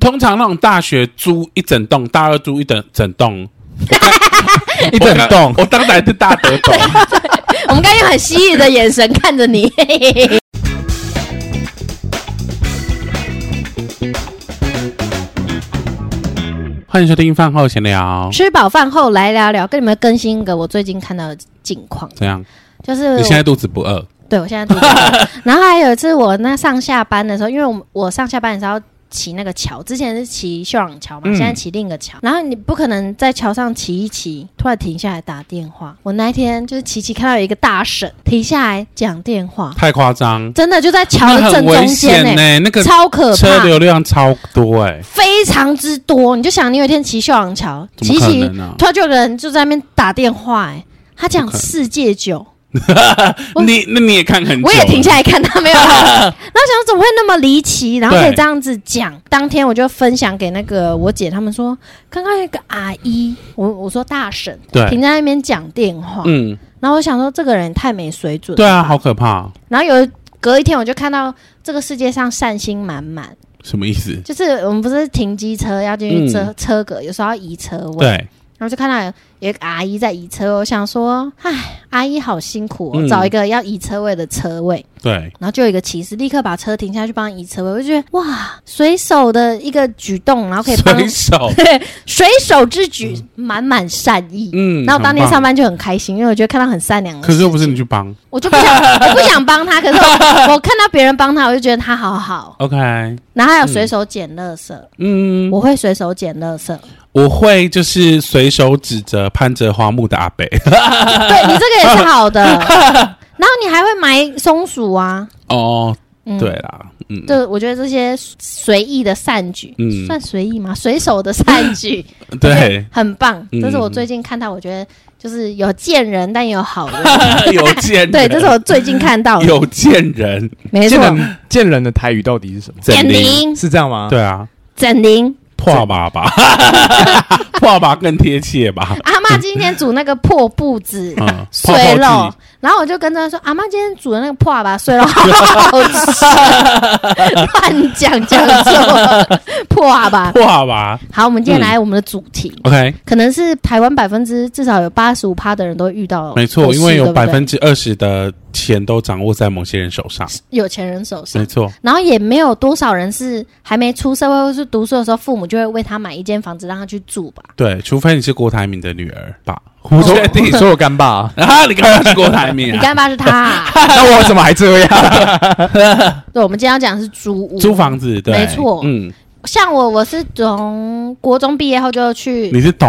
通常那种大学租一整栋，大二租一整整栋， 一整栋，我当然是大得懂。 我们刚刚用很犀利的眼神看着你。 欢迎收听饭后闲聊， 吃饱饭后来聊聊，跟你们更新一个我最近看到的近况，怎样？就是你现在肚子不饿？对我现在肚 子饿然后还有一次我那上下班的时候，因为我我上下班的时候要骑那个桥，之前是骑秀朗桥嘛，嗯现在骑另一个桥。然后你不可能在桥上骑一骑，突然停下来打电话。我那一天就是骑骑看到有一个大婶停下来讲电话，太夸张，真的就在桥那的很正中危间险欸呢、那个超可怕车。流量超多哎，非常之多。你就想，你有一天骑秀朗桥，怎么骑可骑，能啊呢？突然就有个人就在那边打电话、哎，他讲不可能世界酒，我你那你也看很久，我也停。下来看他 没有啦。然后想怎么会那么离奇，然后可以这样子讲。当天我就分享给那个我姐他们说，刚刚有一个阿姨，我我说大婶，对，停在那边讲电话。嗯，然后我想说这个人太没水准。对啊，好可怕，然后有隔一天我就看到这个世界上善心满满，什么意思？就是我们不是停机车要进去车、嗯车格，有时候要移车位。对，然后就看到有有一个阿姨在移车，我想说，唉，阿姨好辛苦哦，嗯找一个要移车位的车位。对，然后就有一个骑士立刻把车停下去帮她移车位，我就觉得哇，随手的一个举动，然后可以帮随手，随手之举，满满善意。嗯，然后我当天很棒上，班就很开心，因为我觉得看到很善良的可事是情，又不是你去帮我就不想， 我不想帮他，可是我我看到别人帮他，我就觉得他好好。 ，OK，然后还有随手捡垃圾，嗯，我会随手捡垃圾，我会就是随手指着攀着花木的阿 北对你这个也是好的。然后你还会买松鼠啊，哦，嗯，对啦，嗯，就我觉得这些随意的善举，嗯算随意吗？ 随手的善举， 对，很棒。嗯这是我最近看到，我觉得就是有贱人，但也有好人。 有见人，对，这是我最近看到 的，有见人，没错见。人见人的台语到底是什么？简灵，玲，是这样吗？，对啊，简玲，破吧 吧，破吧更贴切吧，阿妈今天煮那个破布子嗯，碎泡泡肉剂，然后我就跟她说：“阿妈今天煮的那个破 吧碎肉好好吃。”乱讲讲 错，破吧。破吧好，我们嗯今天来我们的主题。 ，OK，可能是台湾百分之至少有八十五趴的人哦都会遇到的事，没错，因为有对不对百分之二十的钱都掌握在某些人手上，有钱人手上没，错，然后也没有多少人是还没出社会或是读书的时候，父母就会为他买一间房子让他去住吧。对，除非你是郭台铭的女儿吧，我不说确定，你。说我干爸啊 啊！你干嘛是郭台铭哦 你啊？干爸是他、 啊， 那我怎么还这样？ 对，我们今天要讲的是租屋，租。房子对，没错嗯，像我，我是从国中毕业后就去，你是 懂，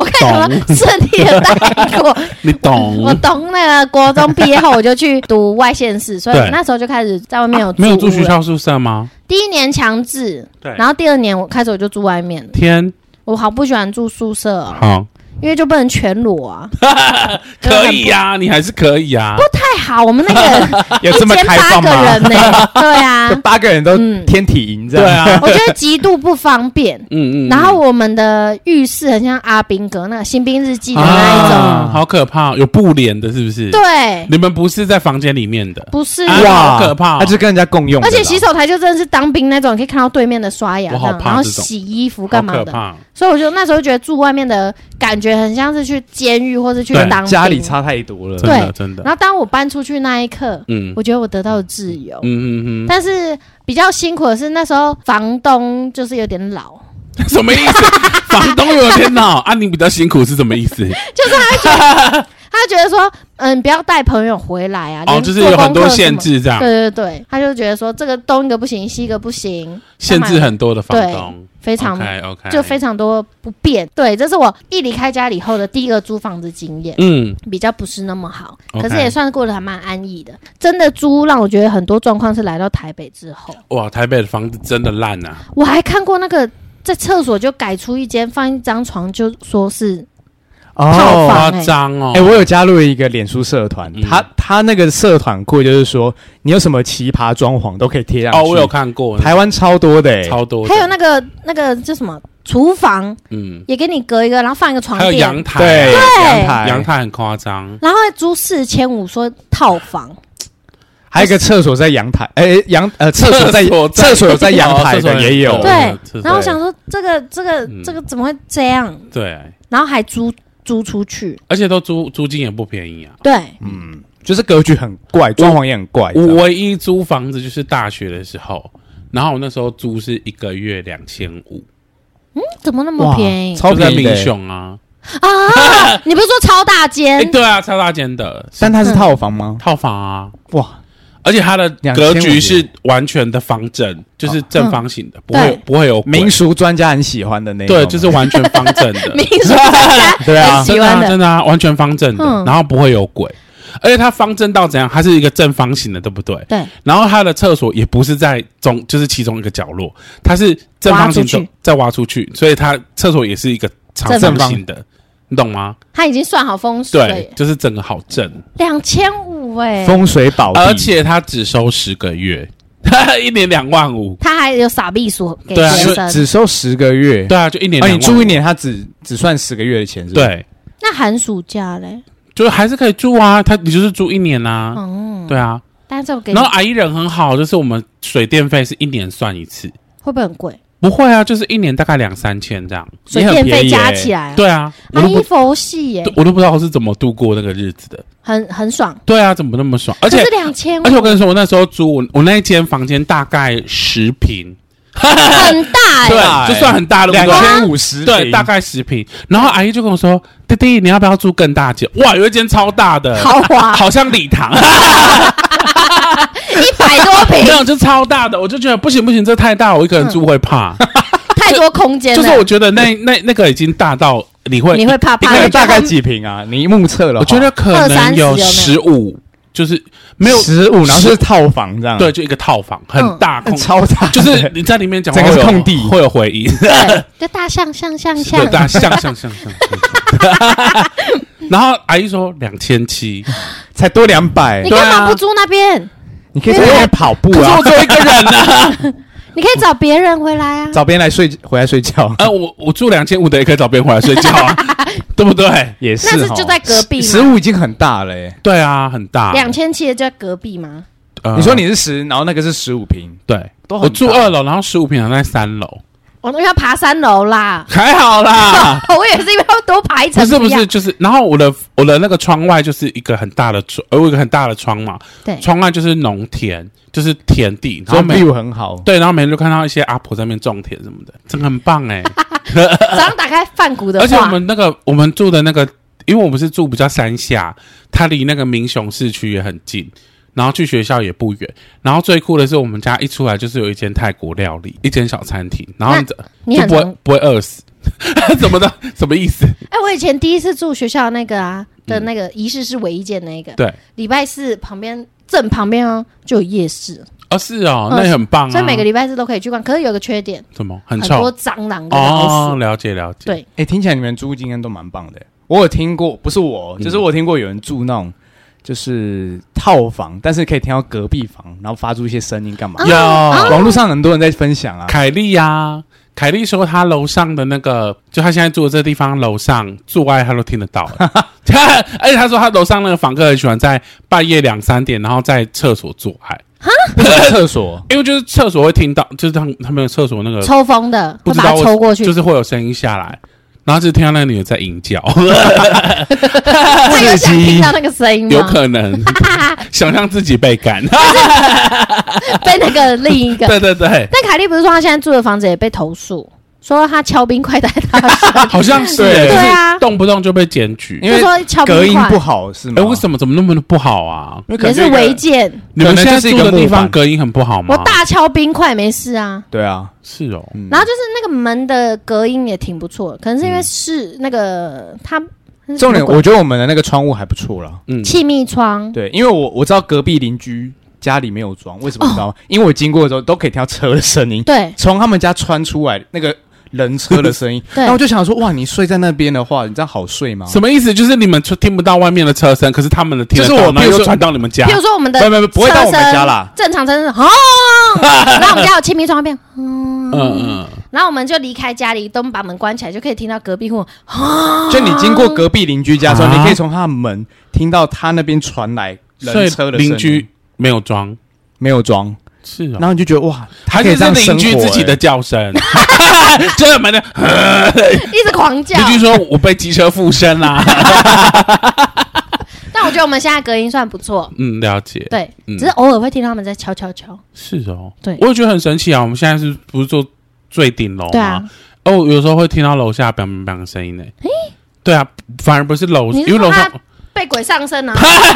我看什么顺利的带 过，你懂，我懂那个国中毕业后我就去读外县市，所以对啊那时候就开始在外面有没有屋住学了。校宿舍吗？第一年强制，对然后第二年我开始我就住外面了，天，我好不喜欢住宿舍、哦，好，因为就不能全裸啊， 可以啊呀、嗯你还是可以呀、太好，我们那个 有一这么间开八放个吗人？呢、对啊就，八个人都嗯天体营这对样，啊，我觉得极度不方便。嗯嗯。然后我们的浴室很像阿宾格那个《新兵日记》的那一种，啊，好可怕，有布帘的，是不是？，对，你们不是在房间里面的，不是，啊好可怕哦他就跟人家共用的嗯而啦，且洗手台就真的是当兵那种，你可以看到对面的刷牙我这好样，怕然后这种洗衣服好干嘛可的，怕。所以我就那时候觉得住外面的感觉很像是去监狱或是去对当兵家里。差太多了真。的真的，然后当我搬出去那一刻，嗯我觉得我得到了自由，嗯嗯但是比较辛苦的是那时候房东就是有点老，嗯， 什么意思？房东有天哪，啊，你比较辛苦是什么意 思？他觉得说，嗯，不要带朋友回来啊，哦，连就是做有很功多课什限么。制这啊样对，对对，他就觉得说这个东一个不行，西一个不行，限制很多的房东，非常 OK OK，就非常多不便。对，这是我一离开家里后的第一个租房子经验，嗯，比较不是那么好， OK 可是也算过得还蛮安逸的。真的租让我觉得很多状况是来到台北之后，哇，台北的房子真的烂啊，我还看过那个在厕所就改出一间放一张床，就说是哦套房夸哎张哦哎、，我有加入一个脸书社团，嗯他他那个社团库就是说，你有什么奇葩装潢都可以贴上去。哦，我有看过，台湾超多的、欸，超多的，还有那个那个叫什么厨房嗯，也给你隔一个，然后放一个床还有垫，阳台，啊对对阳台阳台很夸张，然后租四千五说套房，还有一个厕所在阳台，哎、阳呃厕所在厕所有在阳哦台的也有，对厕所然后我想说，这个这个嗯这个怎么会这样？对，然后还租租出去，而且都租租金也不便宜啊。对，嗯，就是格局很怪，装潢也很怪，我唯一租房子就是大学的时候，然后我那时候租是一个月两千五，怎么那么便宜超就在便宜民的、雄啊， 啊？你不是说超大间哎、？对啊，超大间的但它是套房吗？套房啊，哇，而且它的格局是完全的方正，就是正方形的，不会哦嗯对不会有鬼民俗专家很喜欢的那种对，就是完全方正的， 民 宿大对家啊很喜真的欢啊的，真的啊，完全方正的，嗯然后不会有鬼，而且它方正到怎样？它是一个正方形的，对不对？对，然后它的厕所也不是在中，就是其中一个角落，它是正方形挖出去走再挖出去，所以它厕所也是一个长正正方形的，你懂吗？他已经算好风水对了，，就是整个好正，两千五哎，风水宝地，而且它只收十个月， 一年两万五，他还有傻秘书给对啊学因生，只收十个月，对啊，就一年啊，你两万住五一，年，他只只算十个月的钱，是不是？对，那寒暑假嘞？就还是可以住啊，他你就是住一年啊，嗯，对啊，但是我给你然后阿姨人很好，就是我们水电费是一年算一次，会不会很贵？不会啊，就是一年大概两三千这样。水你很电便费宜加欸起来，对啊，我阿都姨不佛系耶，我都不知道我是怎么度过那个日子的。很很爽，对啊，怎么那么爽？而且可是两千五而且我跟你说，我那时候租我我那一间房间大概十平，很大对哎，大，欸就算很大了，两不过千五十，对，大概十平。然后阿姨就跟我说：“弟弟，你要不要住更大间？哇，有一间超大的，豪华 好像礼堂，一百多 没平，有，就超大的。”我就觉得不行不行，这太大，我一个人嗯住会 怕。太多空间就了，是我觉得那那那个已经大到你会你会怕大怕概的，大概几平啊？你目测了，我觉得可能二有三十十五，就是没有十五，然后是套房这样，对，，就一个套房，嗯很大空，超大的，就是你在里面讲话整个会有空地会有回音，对，就大象象象对，象，大家像像像像像。 然后阿姨说两千 七， 才多两百你，对干嘛啊不租那边？你可以在那边跑步可是啊我，只有一个人啊。你可以找别人回来啊。找别人来睡回来睡觉 呃，我我住两千五的也可以找别人回来睡觉 啊，对不对？也是那是齁，就在隔壁十嘛，五已经很大了欸。对啊，很大。两千七的就在隔壁嘛。呃你说你是十，然后那个是十五平，对，都很我住大二楼，然后十五平好像在三 楼，我哦都要爬三楼啦，还好啦。 我也是因为要多爬一层啊 不是不一是，样就是然后我的我的那个窗外就是一个很大的窗，呃，我有一个很大的窗嘛，对，窗外就是农田，就是田地，然所以后每 view 很好。对，然后每天就看到一些阿婆在那边种田什么的，真的很棒哎、早上打开饭谷的话，而且我们那个我们住的那个，因为我们是住比较山下，它离那个民雄市区也很近。然后去学校也不远，然后最酷的是我们家一出来就是有一间泰国料理，一间小餐厅，然后你就你就很不常会不会饿死， 怎么的？什么意思？哎，我以前第一次住学校那个啊的那个仪式是唯一件那个，嗯对，礼拜四旁边正旁边哦就有夜市，哦，是哦，嗯那也很棒啊。所以每个礼拜四都可以去逛。可是有个缺点，怎么很很臭多蟑螂跟老哦鼠，，了解了解。对，哎，听起来你们租金应该都蛮棒的欸。我有听过，不是我，就是我听过有人住那种就是套房，但是可以听到隔壁房，然后发出一些声音干嘛啊？有啊网络上很多人在分享 啊，凯莉呀、凯莉说她楼上的那个，就她现在住的这地方楼上做爱她都听得到，而且她说她楼上那个房客很喜欢在半夜两三点，然后在厕所做爱，厕所因为就是厕所会听到，就是他们他们有厕所那个抽风的不会知道把它为抽过去就，是会有声音下来，然后就听到那个女的在淫叫， 他有想刺激听到那个声音吗？啊有可能想象自己被干， 被那个另一个。 对对对，但凯莉不是说她现在住的房子也被投诉，说她敲冰块在她手上，好像是、对就对啊是动不动就被检举。因为就说敲隔冰音块不好是吗？哎、为什么怎么那么的不好啊？因为可也能是这个嗯违建。你们可现在能就是一住个的地木方板隔音很不好吗？我大敲冰块没事啊，对啊，是哦，嗯然后就是那个门的隔音也挺不错的，可能是因为是那个它那是什重么点，鬼我觉得我们的那个窗户还不错啦。嗯，气密窗，对，因为我我知道隔壁邻居家里没有装，为什么你知哦道吗？因为我经过的时候都可以听到车的声音，对从他们家穿出来那个人车的声音。对然后我就想说，哇，你睡在那边的话，你这样好睡吗？什么意思？就是你们出听不到外面的车声，可是他们的听得到，就是我然后比如又说传到你们家譬。如说我们的不不不不会到我们车声家啦正常车 是轰，然后我们家有气密窗变，嗯嗯，然后我们就离开家里，都把门关起来，就可以听到隔壁户 就你经过隔壁邻居家的时候，啊你可以从他的门听到他那边传来所以人车的声音邻居没有装，没有装，是然哦，后你就觉得哇，他还可以是这是样邻生居活自己的欸叫 声，这门的一直狂叫邻。居说我被机车附身 啦，但我觉得我们现在隔音算不错，嗯，了解，对，嗯只是偶尔会听到他们在敲敲敲。是哦，对我也觉得很神奇啊，我们现在是不是坐最顶楼对啊吗？，哦，有时候会听到楼下 bang bang bang 的声音呢，对啊，反而不是楼，你是因为楼说上他被鬼上身啊？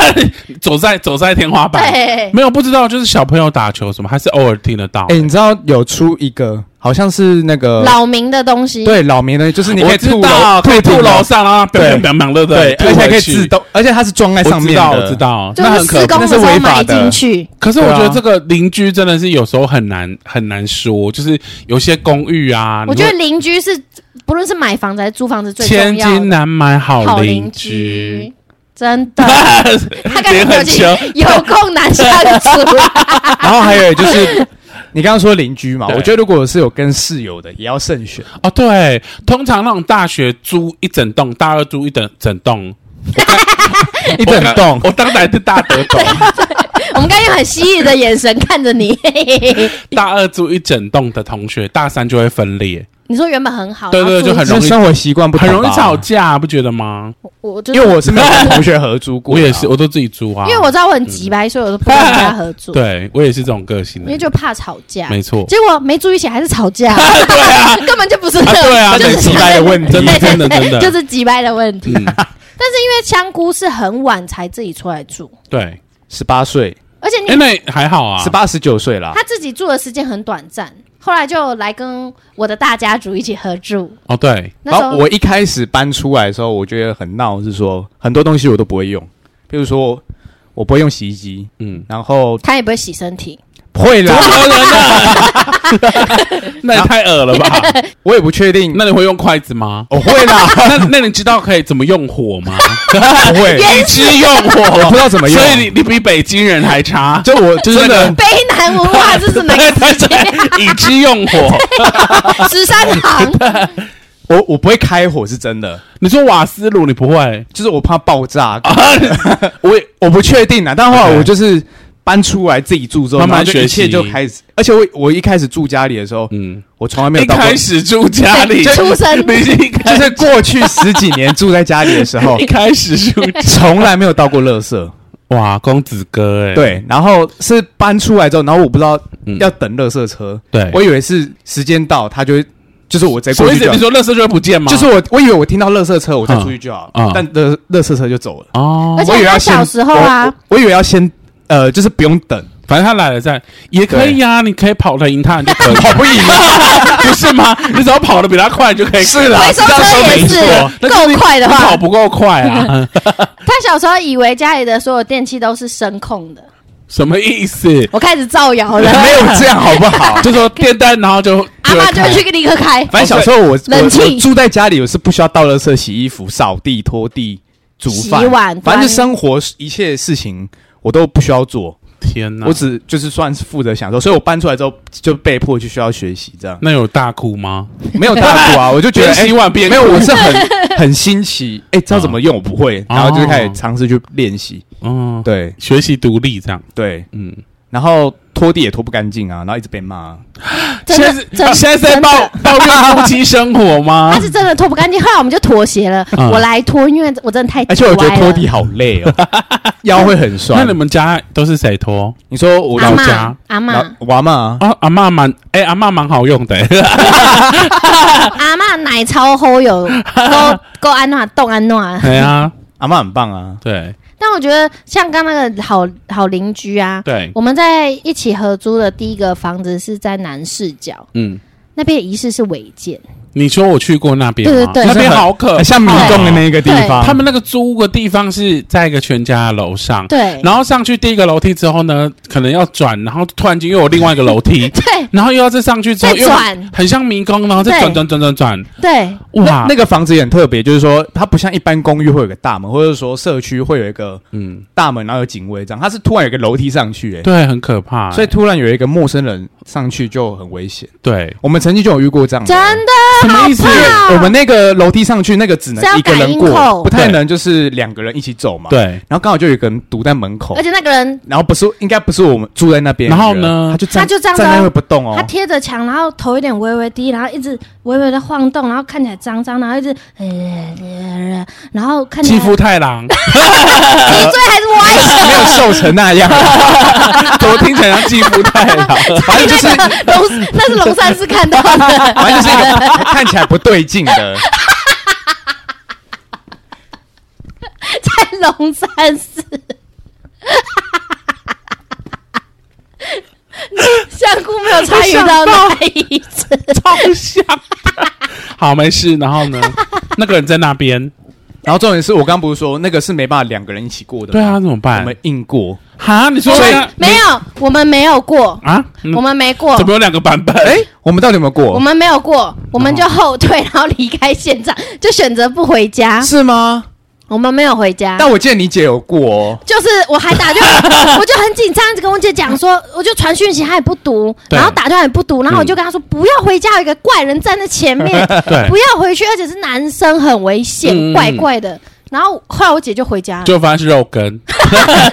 走在走在天花板，对，没有不知道，就是小朋友打球什么，还是偶尔听得到。哎、你知道有出一个好像是那个扰民的东西。对老民的，就是你可我以知吐道，楼可以吐顶楼上，然后对砰砰砰砰，对不对，吐而且还可回以去自动，而且它是装在上我知面道，的，我知道。就那是很可施工那的是时候违买法的进去，可是我对啊觉得这个邻居真的是有时候很难很难说，就是有些公寓啊，我觉得你邻居是不论是买房子还是租房子会最千重要金的，难买好好邻邻居 居，。真的，他感觉脸就有空难相处。 然后还有就是你刚刚说邻居嘛，对我觉得如果是有跟室友的，也要慎选。哦，对，通常那种大学租一整栋，大二租一整整栋，一整栋我当然是大得 懂，我们刚刚用很犀利的眼神看着你， 大二租一整栋的同学，大三就会分裂，你说原本很好，对对然后住就很一起容就易是生活习惯不同很容易吧吵，架，不觉得吗？我我就因为我是没有跟同学合租过我啦，也是，我都自己租啊，因为我知道我很急白，所以我都不跟人家合作，对我也是这种个性的因为人，就怕吵架。没错。结果没住一起还是吵 架，对啊， 根本就不是啊对啊就是很急 掰的问题对对真的对真的就是急掰的问题。嗯，因为香菇是很晚才自己出来住，对，十八岁，而且你哎，那还好啊十，八十九岁啦。 他自己住的时间很短暂，后来就来跟我的大家族一起合住。哦，对，那然时候后我一开始搬出来的时候，我觉得很闹，是说很多东西我都不会用，比如说我不会用洗衣机，嗯，然后他也不会洗身体，会啦，啊 那也太恶了吧？我也不确定，那你会用筷子吗？我会 啦，那那你知道可以怎么用火吗？不会，你知用我不火，知道怎么用，所以你你比北京人还差。就我就是那个卑南文化这是哪嗯 对个对对，已知用火。十三 行？我我不会开火是真的，你说瓦斯炉你不会？就是我怕爆炸，啊我也我不确定啊，但后来 OK 我就是搬出来自己住之后，慢慢然后就学一切习就开始，而且我我一开始住家里的时候，嗯，我从来没有一到过，开始住家里，对出生你是一 就开，是过去十几年住在家里的时候 一开始住从来没有到过垃圾，哇，公子哥哎，对，然后是搬出来之后，然后我不知道嗯要等垃圾车，对，我以为是时间到，他就会就是我再什过么意思？去就你好。说乐色就会不见吗？就是我，我以为我听到垃圾车，我再出去就好。嗯嗯但垃垃圾车就走了。哦而，且我以为要他先小时候啊，我我我以为要先呃，就是不用等，反正他来了再也可以啊，你可以跑得赢他，你就可以，跑不赢。 不是吗？你只要跑得比他快，你就可以。是啦回收车也是那就是你够快的你跑话，不够快 啊？他小时候以为家里的所有电器都是声控的，什么意思？我开始造谣 了。没有这样好不好？就说电灯，然后就阿会妈就开会去立刻开，反正小时候我我冷我气住在家里，我是不需要倒垃圾、洗衣服、扫地、拖地、煮饭、洗碗反正就生活一切事情我都不需要做，天哪！我只就是算是负责享受。所以我搬出来之后就被迫去需要学习，这样那有大哭吗？ 没有大苦啊，我就觉得边洗哎。碗边没有，我是 很很新奇，哎、知道怎么用我不会，然后就开哦始尝试去练习。嗯，对学习独立这样，对，嗯，然后拖地也拖不干净啊，然后一直被骂啊、真的现真在是啊的现在是在真的抱 抱怨夫妻生活吗他？是真的拖不干净，后来我们就妥协了，嗯我来拖，因为我真的太而哎且我觉得拖地好，好累 哦，腰会很那酸。你们家都是谁拖？你说我阿老嬷家阿老嬷哦我阿嬷啊，啊，阿嬷蛮哎，阿嬷蛮好用 的，阿嬷奶超齁 有，够够安暖冻安暖。对啊，阿嬷很棒啊，对但我觉得像刚那个好好邻居啊，对，我们在一起合租的第一个房子是在南市角，嗯，那边仪式是违建，你说我去过那边吗，对对对哦那边好可怕呃很哎像迷宫的那个地方。他们那个租屋的地方是在一个全家的楼上，对，然后上去第一个楼梯之后呢，可能要转，然后突然间又有另外一个楼梯对然后又要再上去之后再又转很像迷宫，然后再转转转转转，对，哇，那个房子也很特别，就是说它不像一般公寓会有个大门，或者说社区会有一个嗯，大门，然后有警卫这样。它是突然有一个楼梯上去、欸，对，很可怕、所以突然有一个陌生人上去就很危险。对，我们曾经就有遇过这样的真人，的什么意思好？怕哦我们那个楼梯上去，那个只是要能一个人感应过，扣不太能就是两个人一起走嘛。。对，然后刚好就有一个人堵在门口哦而，且那个人然后不是应该不是我们住在那边的然人，后呢他就站他就这样子哦站在那会不动哦他，贴着墙，然后头有点微微低，然后一直微微的晃动，然后看起来脏脏，然后一直呃呃，然后看起欺来呃负太郎， 你最还是我爱呃没有瘦成 那样，怎么听起来像欺负太郎？反正就是那个龙，那是龙山寺看到的。反正就是一个看起来不对劲的，在龙山寺。 香菇没有参与到那一次，超像的。好，没事。然后呢，那个人在那边，然后重点是我刚不是说那个是没办法两个人一起过的，对，啊，怎么我办们？硬过，哈，你说 我那们个没有，我们没有过，啊？嗯我们没过怎，么有两个版本？哎，我们到底有没有我过？们没有过，我们就后退，然后离开现场，就选择不回家。是吗？我们没有回家，但我记得你姐有过哦，就是我还打电话，我就很紧张，一直跟我姐讲说，我就传讯息，她也不读，对然后打电话也不读，然后我就跟她说不要回家，有一个怪人站在前面，对不，要回去，而且是男生很危嗯险，嗯怪怪的。然后后来我姐就回家了，就发现是肉根，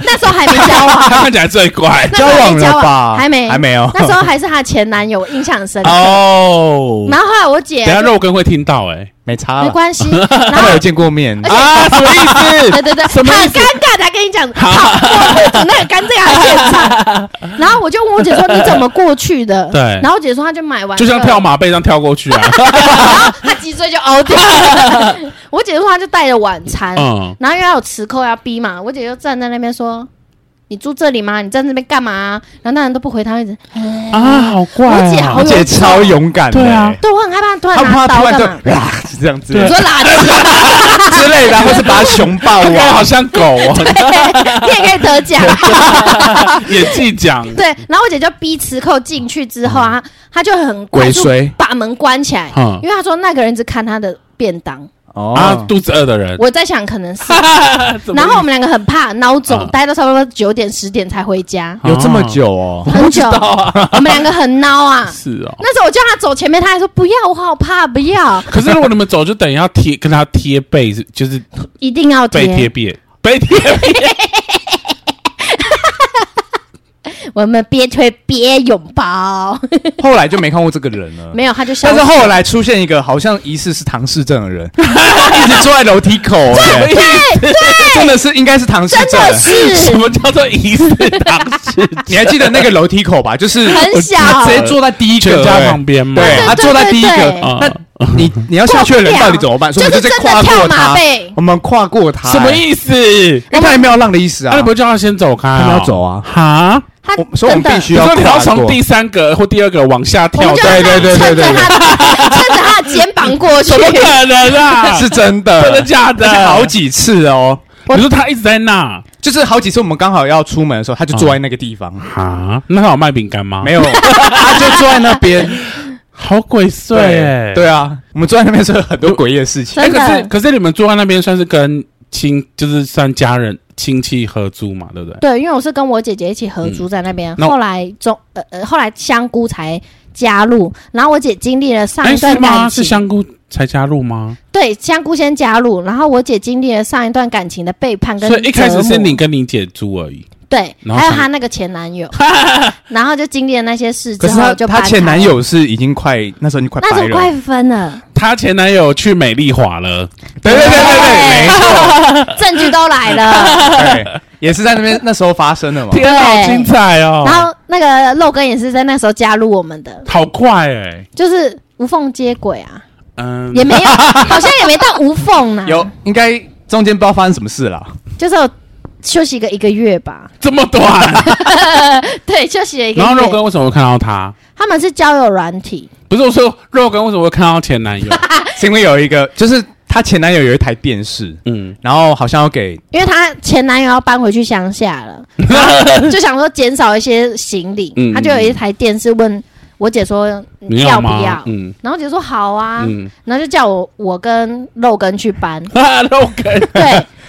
那时候还没交 往，他看起来最乖那时候还没交往了交吧往，还没还没有那时候还是她前男友，印 象深刻。哦。然后后来我姐等一下肉根会听到哎，没差没了，关系，然他们后有见过面而且啊？什么意对思？对对， 什很么意思尴尬的，还跟你讲，好，我不准那个尴尬的现 场。然后我就问我姐说：“你怎么过去的？”对然后我姐说：“她就买完，就像跳，马背这样跳过去啊。她脊椎就凹掉了。” 我姐说：“她就带着晚餐，嗯，然后因为她有磁扣要逼嘛，我姐就站在那边说：‘你住这里吗？你站这边干嘛？’然后那人都不回她，一直啊，好怪啊！我姐好哦我姐超勇敢的，对啊对我很害怕，突然她不拿怕刀突干然就嘛？啦这样子你对 说垃圾， 之类的，或是把她熊抱他刚好啊，像狗哦，你也可以得 奖。” 演技奖。对，然后我姐就逼磁扣进去之后嗯啊，她就很鬼快速吹把门关起来，嗯因为她说那个人只看她的便当。啊，哦，肚子饿的人，我在想可 能是，怎么然后我们两个很怕孬种啊嗯，待到差不多九点十点才回 家，啊有这么久哦，很久。我们两个很 孬啊。是哦。那时候我叫她走前面，她还说不要，我好怕，不要，可是如果你们走，就等于要贴跟他贴背，就是一定要背贴贴。背，背贴背。我们憋推憋拥抱， 后来就没看过这个人了。没有，她就消但失是。后来出现一个好像疑似是唐氏症的 人，一直坐在楼梯口，哎对真的是应该是唐氏真症。的什是么叫做哎疑似当事？你还记得那个楼梯口吧？就是很小他直接坐在第一全个家哎旁边吗？对，对他坐在第一对个对。啊那你你要下去的人到底怎么办？所以我们就是直接真跨的过跳马他，背。我们跨过他，什么思？意思？因为他也没有让的意思啊那你，不会叫他先走开？哦他们要。走啊。哈，她我所以我们真的必须比如要说你要跨从过。第三个或第二个往下我们跳，就对对对对对让他撑着他撑着他的肩膀过去怎。么可能啊？ 是真的， 真的假的而且好几次哦，你说他一直在那就是好几次我们刚好要出门的时候，他就坐在那个地方，嗯哈？那他有卖饼干吗？没，有，他就坐在那边。好鬼祟哎。对啊，我们坐在那边是很多诡异的事情。哎，真可是的可是你们坐在那边算是跟亲，就是算家人亲戚合租嘛，对不对？对，因为我是跟我姐姐一起合租在那边，嗯那我后来中呃呃，后来香菇才加入，然后我姐经历了上哎，一段是吗？感是情，香菇才加入吗？对香菇先加入，然后我姐经历了上一段感情的背叛跟所以一开始是折磨你跟你姐租而已。对，然后还有才她那个前 男友，然后就经历了那些事 之可是后她就她搬前开男了。友是已经快那时候已经快那白种了，快分了，她前男友去美丽华了，对对对 对对，没错，证据都来了。对， 也是在那边那时候发生 的嘛。 天啊，好精彩哦！然后那个肉根也是在那时候加入我们的，好快哎，就是无缝接轨啊。嗯， 也没有，好像也没到无缝呢。有，应该中间不知道发生什么事 啦。就是有休息个一个月吧。这么短。 对，休息了一个然后肉月。根为什么会看到他？他们是交友软体，不是我说肉根为什么会看到前男友？是因为有一个，就是她前男友有一台电视，嗯，然后好像要给因为她前男友要搬回去乡下 了，然后就想说减少一些行李嗯，他就有一台电视问我姐说你要不吗？要，嗯然后我姐说好啊，嗯，，然后就叫我我跟肉根去搬 哈肉根对，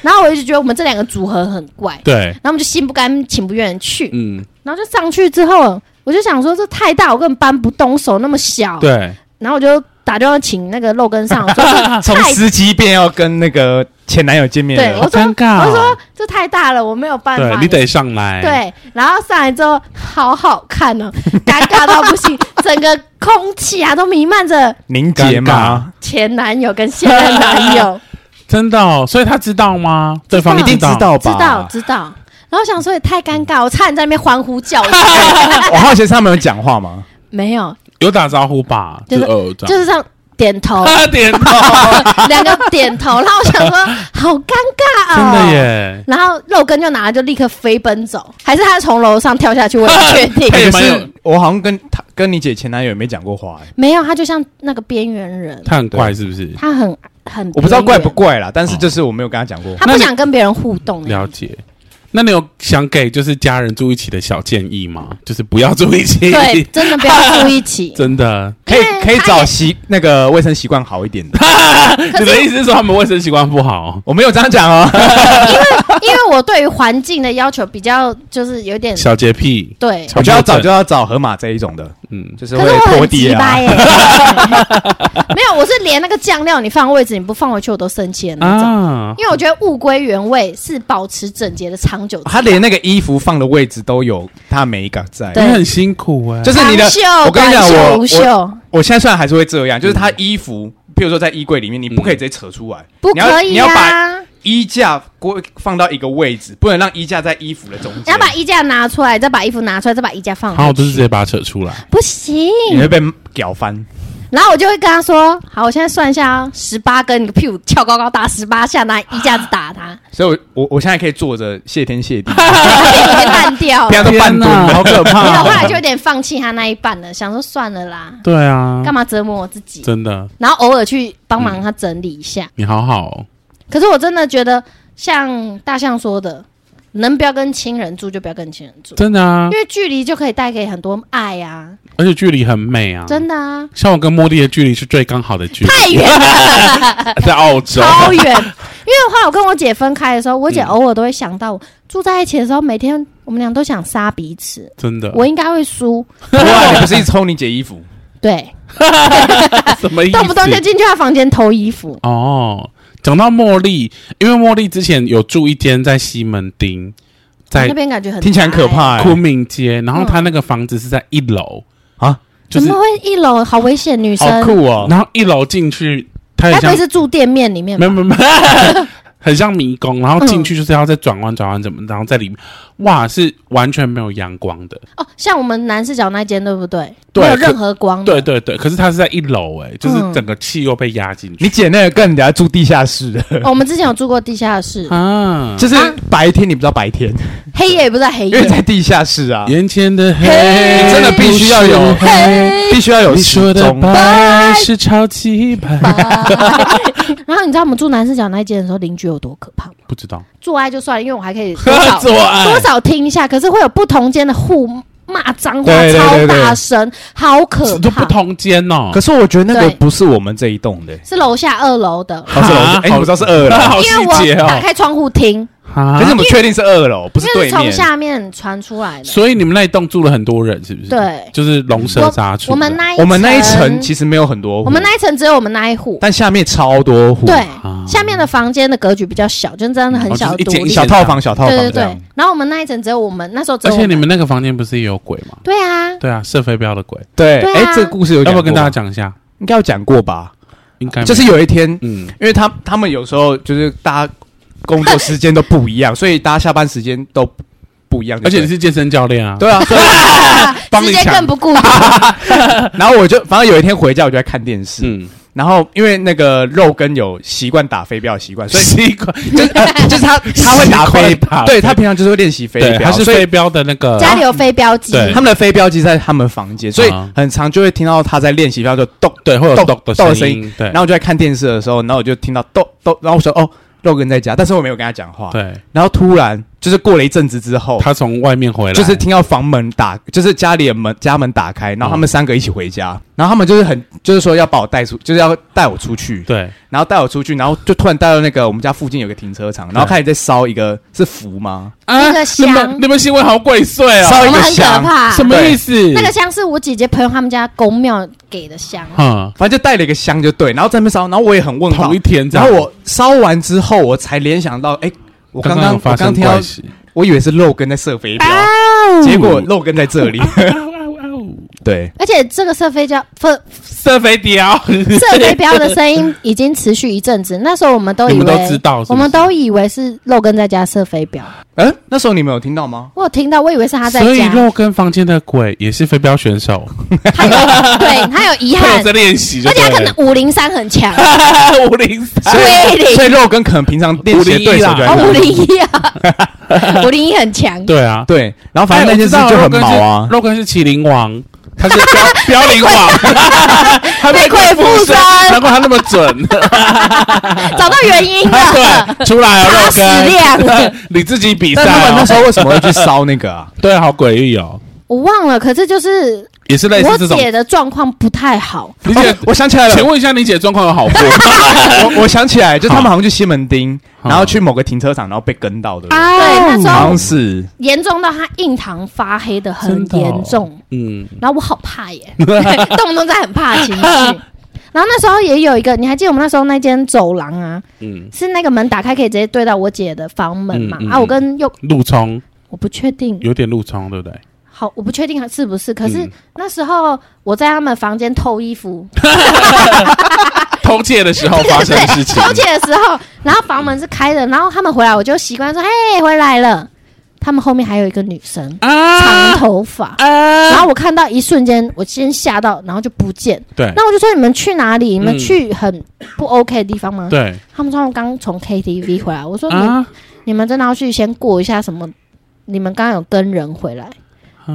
然后我就觉得我们这两个组合很怪， 对，然后我们就心不甘情不愿地去，嗯，然后就上去之后，我就想说这太大，我根本搬不动，手那么小。对，然后我就打电话请那个肉根上，我 说这从太司机变要跟那个前男友见面啊对，了我，说尴尬啊我说这太大了，我没有办对法。你得上来，，对，然后上来之后，好好看哦，尴尬到 不行，整个空气啊都弥漫着凝结嘛，前男友跟现任 男友，真的哦，所以他知道吗？对方一定道，道知道？知道。然后想说也太尴尬，我差点在那边欢呼叫 声，我好奇是他们有讲话吗？ 没有，有打招呼吧？就是呃这就样是这哦样点 头，他点头，两个点头。然后我想说好尴尬真哦，的耶，然后肉根就拿了，就立刻飞奔走，还是他从楼上跳下去？我也不确 定。哎可蛮是有我好像跟他跟你姐前男友也没讲过话，哎没有，他就像那个边缘人，他很怪是不是？他很很，我不知道怪不，怪啦，哦但是就是我没有跟他讲过话。他不想跟别人互动。欸了解。那你有想给就是家人住一起的小建议吗？就是不要住一起，对，真的 不要住一 起。真的。可以因为可以他找也习那个卫生习惯好一点的， 你的意思是说他们卫生习惯不好？我没有这样讲 哦。因为我对于环境的要求比较，就是有点小洁癖，对。我就要找就要找河马这一种的，嗯，就是可会是我拖很地鸡啊 掰。耶，没有，我是连那个酱料你放位置你不放回去我都生气的那种，啊，因为我觉得物归原位是保持整洁的长久之道。他连那个衣服放的位置都有它美感在，你对很辛苦哎、就就是你的长袖。我跟你讲，短袖我无我袖我现在虽然还是会这样，就是他衣服，譬如说在衣柜里面，你不可以直接扯出来，不你要可以你要把啊。衣架归放到一个位置，不能让衣架在衣服的中你间要，把衣架拿出来，再把衣服拿出来，再把衣架放回去好，我就是直接把它扯出来。不行。你会被屌翻。然后我就会跟他说：“好，我现在算一下啊，十八根，你屁股翘高高打十八下，拿衣架子打 他，所以我我我现在可以坐着谢天谢 地，已经烂掉不了。要都半蹲，好可你知道”我后怕！来就有点放弃他那一半了，想说算了啦，对嗯啊，干嘛折磨我自己？真的，然后偶尔去帮忙他整理一下。你好好、哦，可是我真的觉得，像大象说的，能不要跟亲人住就不要跟亲人住，真的啊因，为距离就可以带给很多爱啊，嗯而且距离很美啊，真的啊，像我跟莫莉的距离是最刚好的距离，太远了。在澳洲，超远。因为后来我跟我姐分开的时候，我嗯姐偶尔都会想到我、住在一起的时候，每天我们俩都想杀彼此，真嗯的，我应该会输，不然你不是一直抽你姐衣服？对，什么意思？动不动就进去她房间偷衣服。哦，讲到茉莉，因为茉莉之前有住一间在西门町，在那边感觉很听起来很可大欸，怕欸昆明街，然后她那个房子是在一楼啊，就怎是么会一楼好危险？女生好酷哎哦！然后一楼进去，它该很不像会是住店面里面没吧？有没有没有， 很像迷宫，然后进去就是要再转弯转弯怎么，然后在里面，哇，是完全没有阳光的，哦，像我们男视角那间对不对？对没有可任何光的。对对对，可是它是在一楼，哎，就是嗯整个气又被压进你去，姐那个更人家住地下室的，哦我们之前有住过地下室，啊，就是啊白天你不知道白天，黑 夜也不在黑因为在夜。地下室啊，眼前的黑，嘿真的必须要有不是黑必须要有你时说的钟。白是超级白，然后你知道我们住男视角那一间的时候，邻居有多可怕吗？不知道。做爱就算了，因为我还可以多少做爱多少听一下，可是会有不同间的互骂脏话，对对对超对大声，好可都不怕。同间哦。可是我觉得那个对不是我们这一栋的，欸是楼下二楼的，哦是楼下啊哎，你不知道是二楼，好因为细节我哦打开窗户听，啊可是，我们确定是二楼，不是因为对是从面。下面传出来的。所以你们那一栋住了很多人，是不是？对就是龙蛇杂处。我们那一我们那一层其实实没有很多户，我们那一层只有我们那一户，但下面超多户，对，啊下面的房间的格局比较小，就真的很小哦的就独是一间立一。小套房小套对对房这对样。，然后我们那一层只有我们那时候只而有我且你们那个房间不是也有鬼吗？对啊，对啊，射飞镖的鬼，对对啊哎，这个故事有要讲不要跟过大家吗？讲一下？应该有讲过吧？应该没有就是有一天，嗯，因为他他们有时候就是大家工作时间都不一样，所以大家下班时间都不一样，而且你对是健身教练啊，对啊，所以帮时你间抢更不顾。 然后我就反正有一天回家，我就在看电视，嗯，然后因为那个肉根有习惯打飞镖的习 惯，所以习惯就是、呃就是他他会打飞习惯打飞对他平常就是会练习飞对，镖，它是所以飞镖的那个家里有飞镖机，对他们的飞镖机在他们房间，所以啊很常就会听到他在练习飞镖就咚。对，会有咚咚的咚声的声音，对，然后我就在看电视的时候，然后我就听到咚咚，然后我说哦，肉根在家，但是我没有跟他讲话。对，然后突然就是过了一阵子之后，他从外面回来，就是听到房门打，就是家里的门家门打开，然后他嗯们三个一起回家，然后他们就是很就是说要把我带出，就是要带我出去，对然后带我出去，然后就突然带到那个我们家附近有个停车场，然后开始在烧一个是符吗？那个啊你香们你们新闻好鬼祟哦，烧我一们个很可香，怕。什么意思？那个香是我姐姐朋友他们家公庙给的香，嗯，反正就带了一个香就对，然后在那边烧，然后我也很问号同一，天这然样，后我烧完之后，我才联想到，哎，我刚刚有我发生刚刚听到关，系，我以为是肉根在射飞镖，结果肉根 在这里，对，而且这个射飞镖、 射 射飞镖， 射飞镖的声音已经持续一阵子。那时候我们都以你为们都知道是不是我们都以为是肉根在家射飞镖。哎，那时候你们有听到吗？我有听到，我以为是他在所以家，肉跟房间的鬼也是飞镖选手， 他有对他有遗他 憾有，在练习就而且对他了，可能五零三 很强，五零三，对所以肉根可能平常练习的对手就在501啦那哦五零一啊， 五零一很强，对啊，对，然后反正那件事就很毛啊，肉根是麒麟王，他是 标标灵王，他被鬼附身难怪他那么 准。找到原因了。 对，出来他了，死肉量根，你自己比赛但他们那哦。时候为什么会去烧那个啊？对，好诡异哦，我忘了，可是就是也是类似这我种。姐的状况不太好， 你姐哦，我想起来了请，问一下，你姐状况有 好过？我我想起来，就他们好像去西门町，好然后去某个停车场，然后被跟到的，啊对，那时好候像是严重到她印堂发黑的很真的哦严重，嗯，然后我好怕耶， 动不动在很怕的情绪。然后那时候也有一个，你还记得我们那时候那间走廊啊，嗯，是那个门打开可以直接对到我姐的房门嘛？嗯嗯啊，嗯我跟又路冲我不确定，有点路冲，对不对？好，我不确定是不是，可是嗯那时候我在他们房间偷衣服，偷窃的时候发生的事情， 偷窃的时候，然后房门是开的，然后他们回来，我就习惯说：“嘿，回来了。”他们后面还有一个女 生，啊长头发。然啊！后我看到一瞬间，我先吓到，然后就不见。对那我就说：“你们去哪里？你们嗯去很不 OK 的地方吗？”对他们说：“他们刚从 KTV 回来。”我说：“你、啊，嗯你们真的要去先过一下什么？你们刚刚有跟人回来，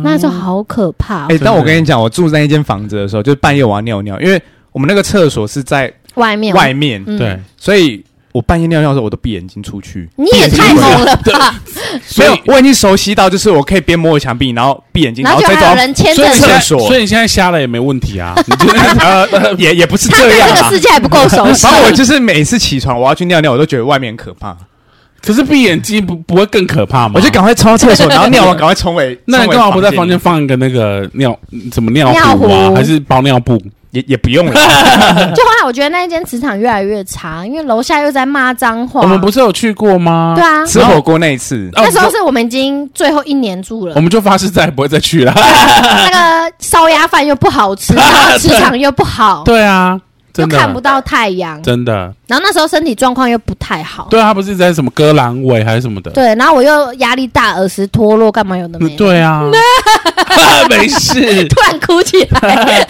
那时候好可怕哦、哎，但我真的跟你讲，我住在那间房子的时候，就是半夜我要尿尿，因为我们那个厕所是在外面外面，嗯对，所以我半夜尿尿的时候，我都闭眼睛出去。你也太猛了吧！没所以有，我已经熟悉到，就是我可以边摸着墙壁，然后闭眼睛，然后后就再还有走人牵着所以你你现在厕所所以你现在瞎了也没问题啊。你就到， 呃，也也不是他这对样这个啊世。界还不够 熟悉反。正我就是每次起床，我要去尿尿，我都觉得外面很可怕，可是闭眼睛不不会更可怕吗？我就赶快冲到厕所，然后尿完赶快冲回。 那冲你回干嘛不在房房间放一个那个尿什么尿尿壶啊，壶还是包尿布？也也不用了， 就后来我觉得那一间磁场越来越差，因为楼下又在骂脏话。我们不是有去过吗？对啊，吃火锅那一次，啊，那时候我们是我们已经最后一年住就了我，们就发誓再也不会再去哦了。那个烧鸭饭又不 好吃，然后磁场又不好，对啊，又真看不的，到太阳，真的，然后那时候身体状况又不太好。对啊，他不是在什么割阑尾还是什么的？对，然后我又压力大，耳石脱落，干嘛有的嗯没的，对啊， 没事。突然哭起来。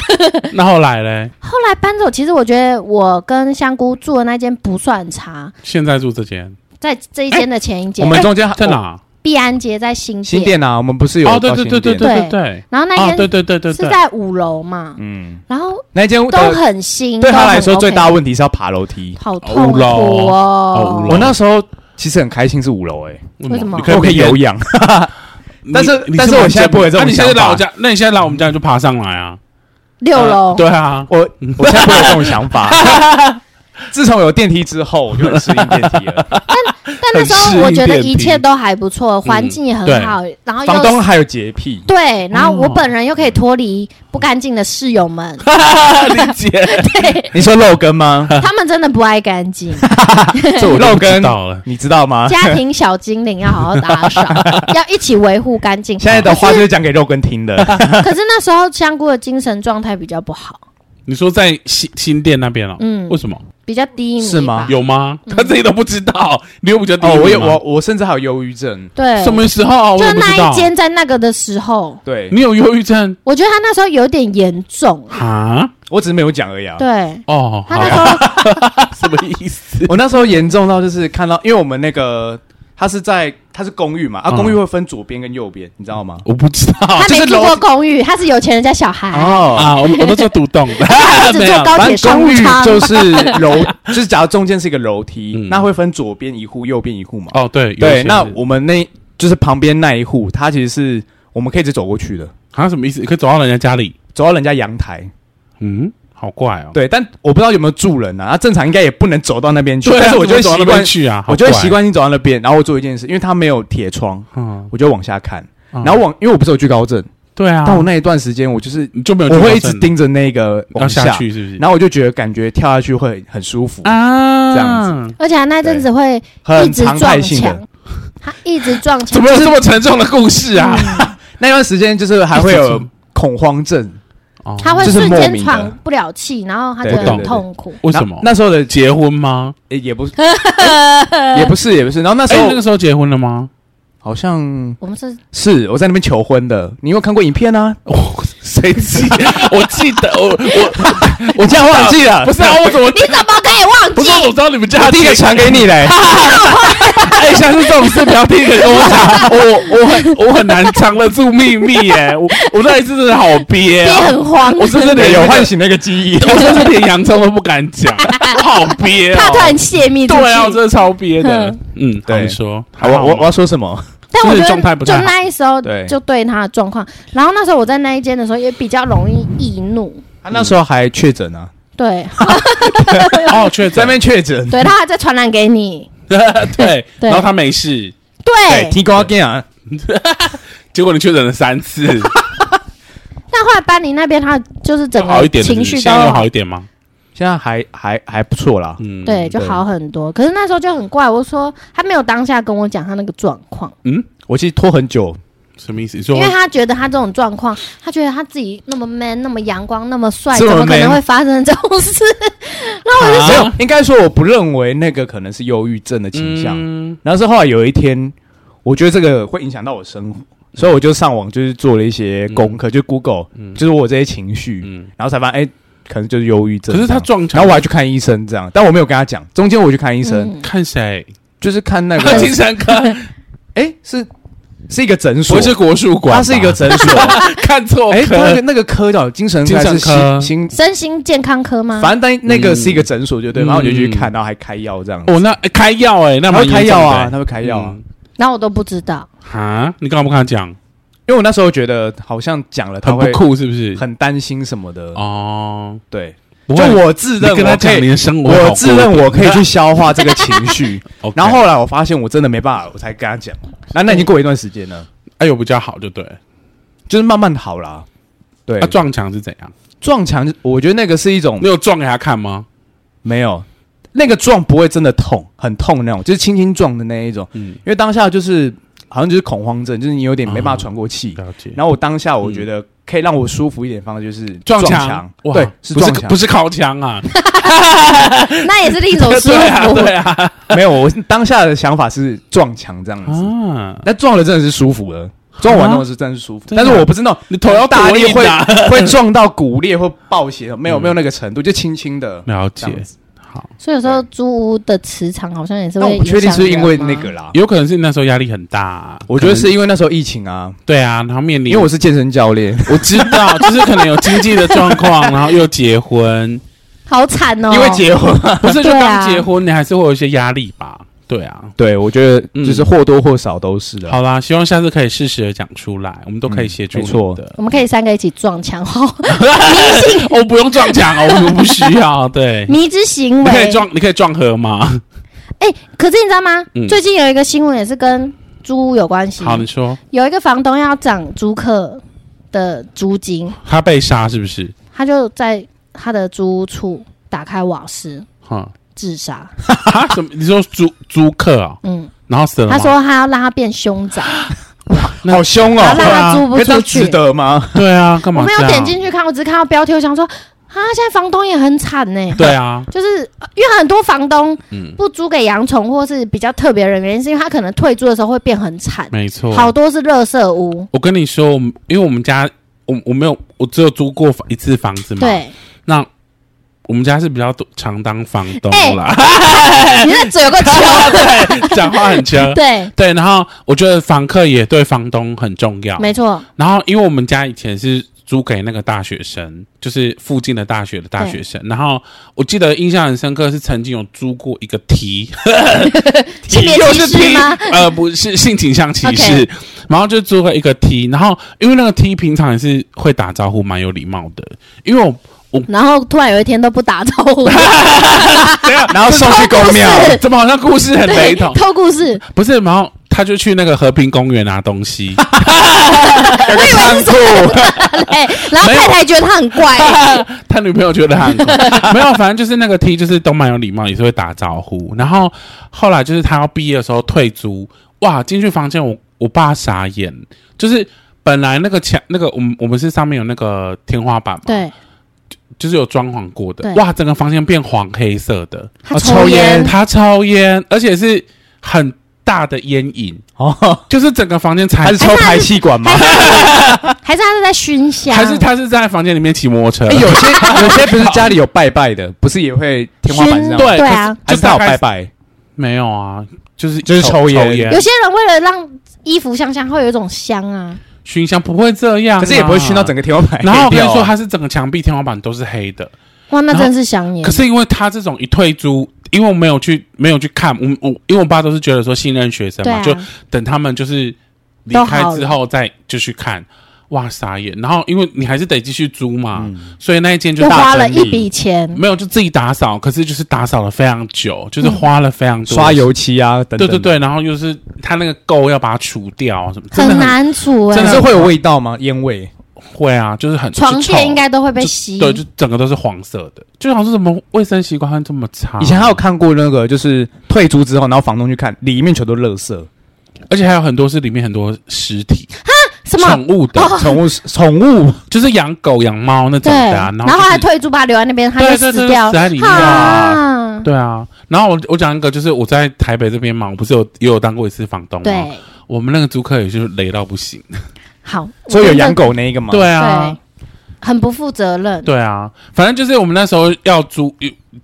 那后来嘞？后来搬走，其实我觉得我跟香菇住的那间不算差，现在住这间在这一间的前 一哎我间，哎们中间哦在？哪？碧安街在新新店啊啊，我们不是有哦，对到对新对对店对对对，然后那哦，间对对对对是对，在五楼嘛，嗯，然后那间都呃很新，对都他很来说 OK 最大的问题是要爬楼梯。好痛五苦楼哦哦五。我楼那时候其实很开心是五楼，哎，为什么你我可以明天有氧，你但是你但是我现在不会有这种那你现在想法来我家，那你现在来我们家你就爬上来啊？六呃楼，对啊， 我我现在不会有这 种想法。自从有电梯之后，我就很适应 电梯了。但很那时适候应我觉得电梯一切都还不错，环境也很好，然后嗯房又东还啊有洁癖，对，然后我哦本人又可以脱离不干净的室友 们，理解， 对你说漏根 吗？他们真的不爱 干净，这我就肉不知根道了。你知道吗？家庭小精灵要好好 打扫，要一起维护干净。现在的话可就是是讲给肉根 听的。可是那时候香菇的精神状态比较不好，你说在新新店那边哦，嗯为什么比较低迷是吗吧有吗？他自己都不知道，你又不觉得嗯哦，我有我嗯我我甚至还有忧郁症。对，什么时候啊我就也不知那道一。间在那个的时候，对，你有忧郁嗯症我觉得他那时候有点严重，啊？我只是没有讲而已啊。对哦，他好那时啊候什么意思？ 我那时候严重到就是看到，因为我们那个它是在它是公寓嘛，啊，嗯公寓会分左边跟右边，你知道吗？我不知道他没就是住楼过公寓，他是有钱人家小孩， 哦，啊，我我都做独 栋的，他只没坐有。高反铁正商公务寓舱。就是楼， 就是假如中间是一个楼梯嗯，那会分左边一户、右边一户嘛。哦，对对，有一些那是我们那就是旁边那一户，它其实是我们可以直接走过去的，好像什么意思？可以走到人家家里，走到人家阳台。嗯，好怪哦。对，但我不知道有没有住人啊。他正常应该也不能走到那边去，对啊，但是我就会怎么走到那习边惯，去啊，我就会好怪习。惯性走到那边。然后我做一件事，因为它没有铁窗，嗯，我就往下看。然然后往，因为我不是有惧高症，对嗯啊，但我那一段时间我就是你就没有惧我高症，会一直盯着那个要往下去，是不是？然后我就觉得感觉跳下去会很舒服，啊这样子。而且他那阵子会一很直常态撞性的墙。，他一直撞墙，怎么有这么沉重的故事啊？那段时间就是还会有恐慌症，哦他会就是瞬莫间名的喘不了气，然后他对觉得对很对痛 苦。为什么？那那时候的结婚吗？诶也 不是，也不是，也不是。然后那时哎，那候个时候结婚了吗？好像我们是是我在那边求婚的，你有看过影片啊？我谁记？ 我记得我我 我竟然忘记了，不是啊，我怎么你怎么可以 忘不记是？我怎么知道你们家 我第一个传给你 嘞。哎，像是这种事不要第一个跟我讲，我我很我很难藏得住秘密耶。我我那一次真的好憋你哦， 很慌，我是不是对，连有那个唤醒那个 记忆。我甚 至连洋葱都不敢讲，我好憋哦。怕突然泄密出去。对啊，我真的超憋的。嗯，好对你说，好，我我我要说什么？但我就是觉状态得不就太好那一时候对就对他的状况，然后那时候我在那一间的时候也比较容易易怒，他啊那时候还确诊 啊，对哦，确在诊那，边确诊。对，他还在传染给你，对，对然后他没事，哎对，对。提高跟啊，结果你确诊了三次，但后来班里那边他就是整好一个点了是情不是，绪现都在有好一点吗？现在还还还不错啦。嗯，对，就对好很多。可是那时候就很怪，我说他没有当下跟我讲他那个状况，我其实拖很久，什么意思？你说因为他觉得他这种状况，他觉得他自己那么 man、那么阳光、那么帅，这怎么么可能 man 会发生这种事？啊没有，应该说我不认为那个可能是忧郁症的倾向。嗯然后是后来有一天，我觉得这个会影响到我生活，嗯所以我就上网就是做了一些功课，就 Google，就是我这些情绪，嗯，然后才发现哎，可能就是忧郁症可这是他样。撞然墙后我，还去看医生，这样，但我没有跟他讲。中间我去 看医生，嗯看谁？就是看 那看个精，神 科，哎，是是一个诊所不，是国术馆吧，它是一 个诊所，看错哎，那个科，那个科叫精神科还是精神科心心，身心健康科吗？反正那那个是一个诊所，就对。嗯然后我就去看，然后还开药这样。哦，那哎开药哎，那他蛮会开严重药的啊，哎他会开药啊嗯。然后我都不知 道，哈，你干嘛不跟他讲？因为我那时候觉得好像讲了他很会不酷是不是？很担心什么的，哦，对。不就会我自你认跟他我讲可你以，的生活好过一点，我自认我可以去消化这个情 绪。 OK。然后后来我发现我真的没办法，我才跟他讲。那那已经过一段时间了，哎呦比较好，就对了。就是慢慢好啦。对他，啊撞墙是怎样？撞墙，我觉得那个是一种你有撞给他看吗？没有，那个撞不会真的痛，很痛那种，就是轻轻撞的那一种。嗯，因为当下就是好像就是恐慌症，就是你有点没办法喘过气。了解。然后我当下我觉得可以让我舒服一点的方式就是撞墙墙，，哇对，是不撞是墙，不是靠墙 啊？那也是另一种舒对啊，服。对啊，没有，我当下的想法是撞墙这样子。啊，那撞了真的是舒服了，撞完后是真的是舒服，真的但是我不是那种你头要大多力硬会啊会撞到骨裂或爆血，没有嗯没有那个程度，就轻轻的了这样解，子。好，所以有时候租屋的磁场好像也是但会我不确定是不是影因响为人啊吗那个啦，有可能是你那时候压力很大啊，我觉得可是因为那时候疫情啊，能对啊，然后面临因为我是健身教练，我知道，就是可能有经济的状况，然后又结婚， 好惨哦，因为结婚，不是就对啊刚结婚，你还是会有一些压力吧？对啊，对我觉得嗯就是或多或少都是的。好啦，希望下次可以适时的讲出来，我们都可以啊嗯协助没错你的。 我们可以三个一起撞墙，哦，我不用撞墙哦，我们不需要。 对，嗯迷之行你可以为。撞，你可以撞河 吗？哎、可是你知道吗？嗯最近有一个新闻也是跟租屋有关系，好，你说有一个房东要涨租客的租金，他被杀是不是？他就在他的租屋处打开瓦斯哈、自杀。啊？什么？你说租租客啊、嗯，然后死了吗？他说他要让他变凶宅，那好凶哦然后！让对啊他租不可是这出样值去。得吗？对啊，干我嘛没这样？有点进去看，我只是看到标题，我想说啊，现在房东也很惨呢、对啊，就是呃因为很多房东嗯，不租给养宠或是比较特别的人，原因是因为他可能退租的时候会变很惨，没错。好多是垃圾屋。我跟你说，我们因为我们家，我我没有，我只有租过一次房子嘛。， 对，我们家是比较多常当房东哎啦。你那嘴有个球。对， 讲话很强。哎 对，对，然后我觉得房客也对房东很重要。没错，然后，因为我们家以前是租给那个大学生，就是附近的大学的大学生。然后我记得印象很深刻是曾经有租过一个 T， 性别又歧是视 T 吗？呃，不是性倾向歧视 OK 然后就租了一个 T，然后因为那个 T 平常也是会打招呼，蛮有礼貌的，因 为我然后突然有一天都不打招 呼， 啊然后送去公庙，是怎么好像故事很雷对同，？偷故事，不是，然后他就去那个和平公园拿东 西，有个仓库，哎，然后没有太太觉得他很怪， 他女朋友觉得他很酷 没有，反正就是那个 T 就是都蛮有礼貌，也是会打招呼。然后后来就是他要毕业的时候退租，哇，进去房间我我爸傻眼，就是本来那个墙那个我们我们是上面有那个天花板嘛，对，就是有装潢过的对，哇，整个房间变黄黑色的，他哦抽抽烟他抽嗯烟，而且是很大的烟瘾，哦，就是整个房间才他是抽排气管吗？ 还是他是在熏香，还是他是在房间里面骑摩托车， 哎，有些有些不是家里有拜拜的，不是也会天花板熏上对对啊，可还是是他嗯大有概拜拜？没有啊，就是就是抽烟抽烟有些人为了让衣服香香，会有一种香啊，熏香不会这样、可是也不会熏到整个。个天花板黑掉然啊。后我跟你说，它是整个墙壁、天花板都是黑的。哇，那然后真是香烟可。是因为他这种一退租，因为我没有去没有去看，我我因为我爸都是觉得说信任学生对嘛，啊，就等他们就是离都开好之了后再就去看。哇，傻眼！然后因为你还是得继续租嘛，嗯所以那一间就又大花了整理一笔钱，没有就自己打扫，可是就是打扫了非常久，就是花了非常多、刷。油漆啊，等对等，对，对，然后又是他那个垢要把它除掉，什么真的很难除真哎但的。是会有味道吗？烟味？会啊，就是很床就臭垫应该都会被吸，对，就整个都是黄色的，就好像是什么卫生习惯还这么差。以前还有看过那个，就是退租之后，然后房东去看，里面全都垃圾，而且还有很多是里面很多尸体，什么哦宠物的，宠物宠物就是养狗养猫那种对，的、啊，然后后就是还退租把它留在那边，它就对对对死掉死在里面啊。啊。对啊，然后我我讲一个，就是我在台北这边嘛，我不是有也有当过一次房东吗？对，我们那个租客也是雷到不行。好，所以有我真的养狗那一个吗？，对啊对，，很不负责任。对啊，反正就是我们那时候要租，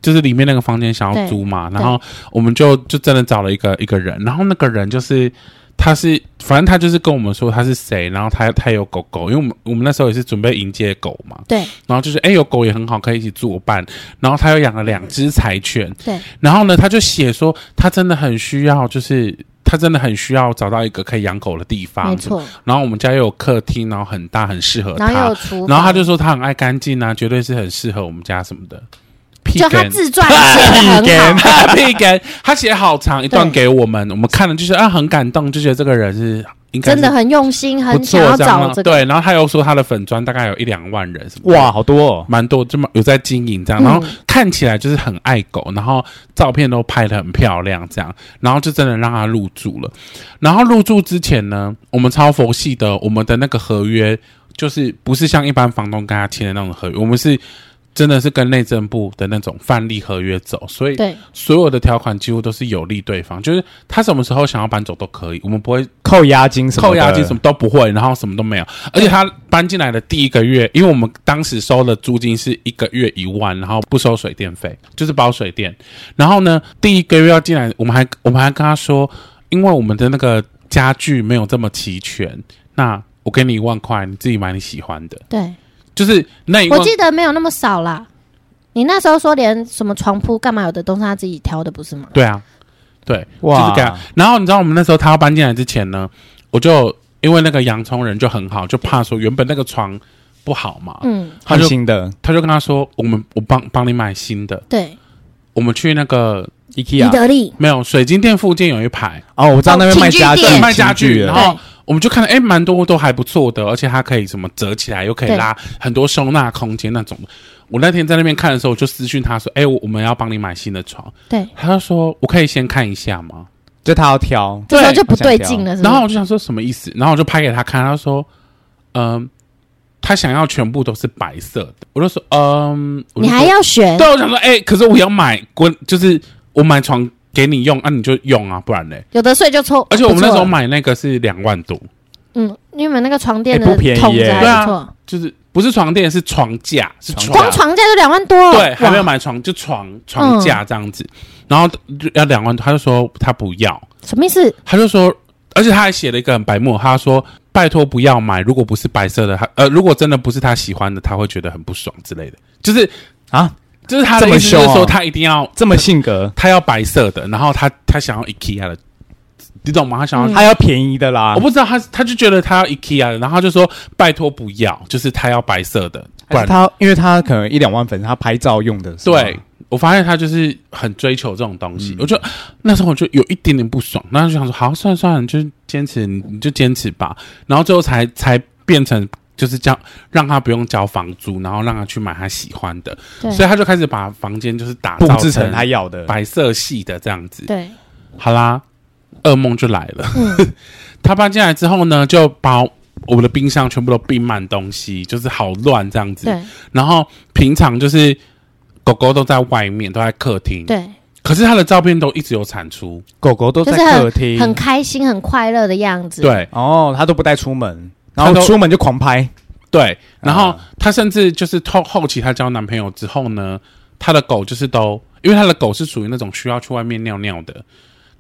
就是里面那个房间想要租嘛，对然后我们就就真的找了一个一个人，然后那个人就是他是，反正他就是跟我们说他是谁，然后他他有狗狗，因为我们我们那时候也是准备迎接狗嘛，对然后就是哎、有狗也很好，可以一起作伴，然后他又养了两只柴犬，对，然后呢他就写说他真的很需要就是。他真的很需要找到一个可以养狗的地方，没。错。然后我们家又有客厅，然后很大，很适合他。然后又有厨房，然后他就说他很爱干净啊，绝对是很适合我们家什么的。屁就他根自传 写的很好，屁根， 他写好长一段对给我们，我们看了就是啊很感动，就觉得这个人是应该是真的很用心，不很错想要这样找啊这个。对，然后他又说他的粉砖大概有一两万人什么的哇，，好多哦，蛮多，这么有在经营这样，嗯然后看起来就是很爱狗，然后照片都拍得很漂亮这样，然后就真的让他入住了。然后入住之前呢，我们超佛系的，我们的那个合约就是不是像一般房东跟他签的那种合约，我们是真的是跟内政部的那种范例合约走，所以对所有的条款几乎都是有利对方，就是他什么时候想要搬走都可以，我们不会扣押金什么的？扣押金什么都不会，然后什么都没有。而且他搬进来的第一个月，因为我们当时收的租金是一个月一万，然后不收水电费，就是包水电。然后呢，第一个月要进来，我们还我们还跟他说，因为我们的那个家具没有这么齐全，那我给你一万块，你自己买你喜欢的。对，就是那一万我，记得没有那么少啦。你那时候说连什么床铺干嘛有的都是他自己挑的，不是吗？对啊，对，哇就是这样。然后你知道我们那时候他要搬进来之前呢，我就因为那个洋葱人就很好，就怕说原本那个床不好嘛，嗯，他换就新的他就跟他说：“我们我帮帮你买新的，对，我们去那个 IKEA 伊德利没有水晶店附近有一排哦，我知道那边卖家具哦情趣店，卖家情具，的然后我们就看到哎，蛮多都还不错的，而且它可以什么折起来，又可以对拉很多收纳空间那种。我那天在那边看的时候，我就私讯他说：‘哎，我我们要帮你买新的床。对’，他就说：‘我可以先看一下吗就他要挑，这时候就不我想对挑劲了，？’是然后吗？我就想说什么意思？然后我就拍给他看，他说：‘嗯，他想要全部都是白色的。’我就说：‘嗯，我就你还说要选，对，我想说，哎、可是我要买，滚，就是我买床给你用，啊，你就用啊，不然嘞。有的睡就抽，啊而且我们那时候不错，买那个是两万多，嗯，因为我们那个床垫的哎不便宜筒子耶对还啊不错，就是不是床垫，是床架，是床床光床架就两万多，对，还没有哇买床，就床床架这样子，然后就要两万多，他就说他不要，什么意思？他就说，而且他还写了一个很白目，他说。拜托不要买，如果不是白色的，他呃，如果真的不是他喜欢的，他会觉得很不爽之类的。就是啊，就是他的这意么啊思就是凶哦说，他一定要这么性格，他要白色的，然后他他想要 IKEA 的，你懂吗？他想要、他要便宜的啦我，不知道他他就觉得他要 IKEA 的，然后他就说拜托不要，就是他要白色的，不还然是哎他嗯因为他可能一两万粉，他拍照用的，是吗对，。我发现他就是很追求这种嗯东西，我就那时候我就有一点点不爽，然后就想说，好，算了算了，你就坚持，你你就坚持吧。然后最后才才变成就是这样，让他不用交房租，然后让他去买他喜欢的，对所以他就开始把房间就是打布造置成他要的，白色系的这样子。对，好啦，噩梦就来了。嗯 他搬进来之后呢，就把我们的冰箱全部都冰满东西，就是好乱这样子。对然后平常就是狗狗都在外面，都在客厅。对，可是他的照片都一直有产出。狗狗都就在是客很厅，很开心、很快乐的样子。对哦，他都不带出门，他然后都出门就狂拍，对，然后啊他甚至就是后后期他交男朋友之后呢，他的狗就是都，因为他的狗是属于那种需要去外面尿尿的，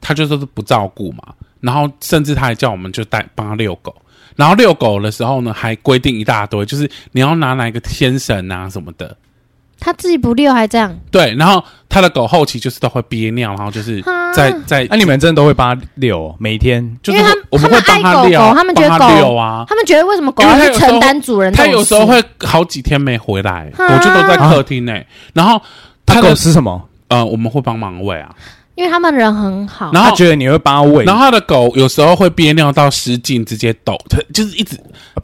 他就是不照顾嘛。然后甚至他还叫我们就带帮他遛狗，然后遛狗的时候呢，还规定一大堆，就是你要拿哪一个牵绳啊什么的。他自己不遛还这样，对，然后他的狗后期就是都会憋尿，然后就是啊在在那你们真的都会帮他遛，每天就是因为会他我们会帮他们爱遛狗啊，狗他们觉得帮狗遛啊，他们觉得为什么狗因为要他去有时候承担主人这他种有时候事会好几天没回来，啊我就都在客厅内、然后他他狗的吃什么？呃，我们会帮忙喂啊，因为他们人很好，然哦他后觉得你会帮他喂，然后他的狗有时候会憋尿到失禁，直接抖，它就是一直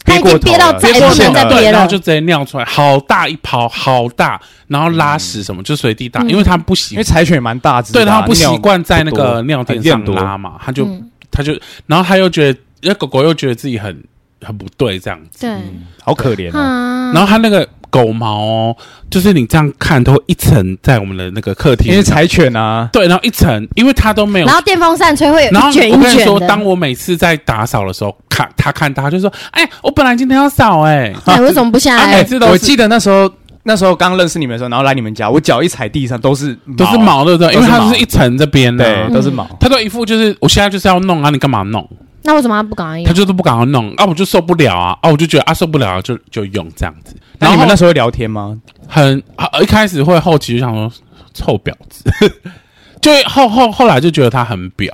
他已经憋到再别也过不头能再了对，憋然后了就。直接尿出来，好大一泡，好大，然后拉屎什么、就随地大，嗯因为他不习因为柴犬蛮大只的对他啊，不习尿惯在那不个多尿垫很上厌多拉嘛，他就、嗯，他就，然后他又觉得，那狗狗又觉得自己很很不对这样子。对，好可怜哦。啊，然后它那个狗毛哦，就是你这样看，它会一层在我们的那个客因为厅上，柴犬啊，对，然后一层，因为它都没有然。后电风扇吹 会有然后一卷我一跟你卷说，的。当我每次在打扫的时候，看它看到，它就说：“哎，我本来今天要扫 哎、哎，为什么不下啊来每？次都我是记得那时候那时候刚认识你们的时候，然后来你们家，我脚一踩地上都是都是，毛对不对？因为它就是一层这边呢、对，嗯都是毛。它都一副就是我现在就是要弄啊，你干嘛弄？那为什么他不赶快它用？就是不敢要弄啊，我就受不了啊啊，我就觉得啊受不了、啊、就就用这样子。那然你后们那时候会聊天吗？很啊，一开始会，后期就想说臭婊子， 就后后后来就觉得他很婊。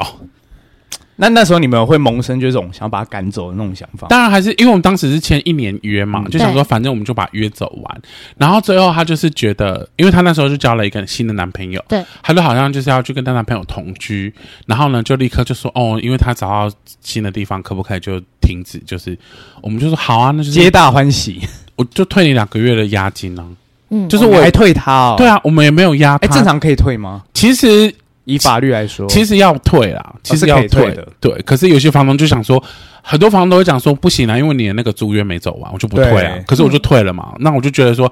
那那时候你们会萌生这种想要把它赶走的那种想法？当然还是因为我们当时是签一年约嘛，就想说反正我们就把约走完。然后最后她就是觉得，因为她那时候就交了一个新的男朋友，对，她就好像就是要去跟她男朋友同居，然后呢就立刻就说哦，因为她找到新的地方，可不可以就停止？就是我们就说好啊，那就皆是大欢喜，我就退你两个月的押金啊。嗯，就是哦我你还退他哦。对，啊，我们也没有压哎，她，正。常可以退吗？其实以法律来说，哦其实要退啦，其实是要可以退的对。可是有些房东就想说，很多房东会讲说不行啊啦，因为你的那个租约没走完，我就不退啊对。嗯可是我就退了嘛，那我就觉得说，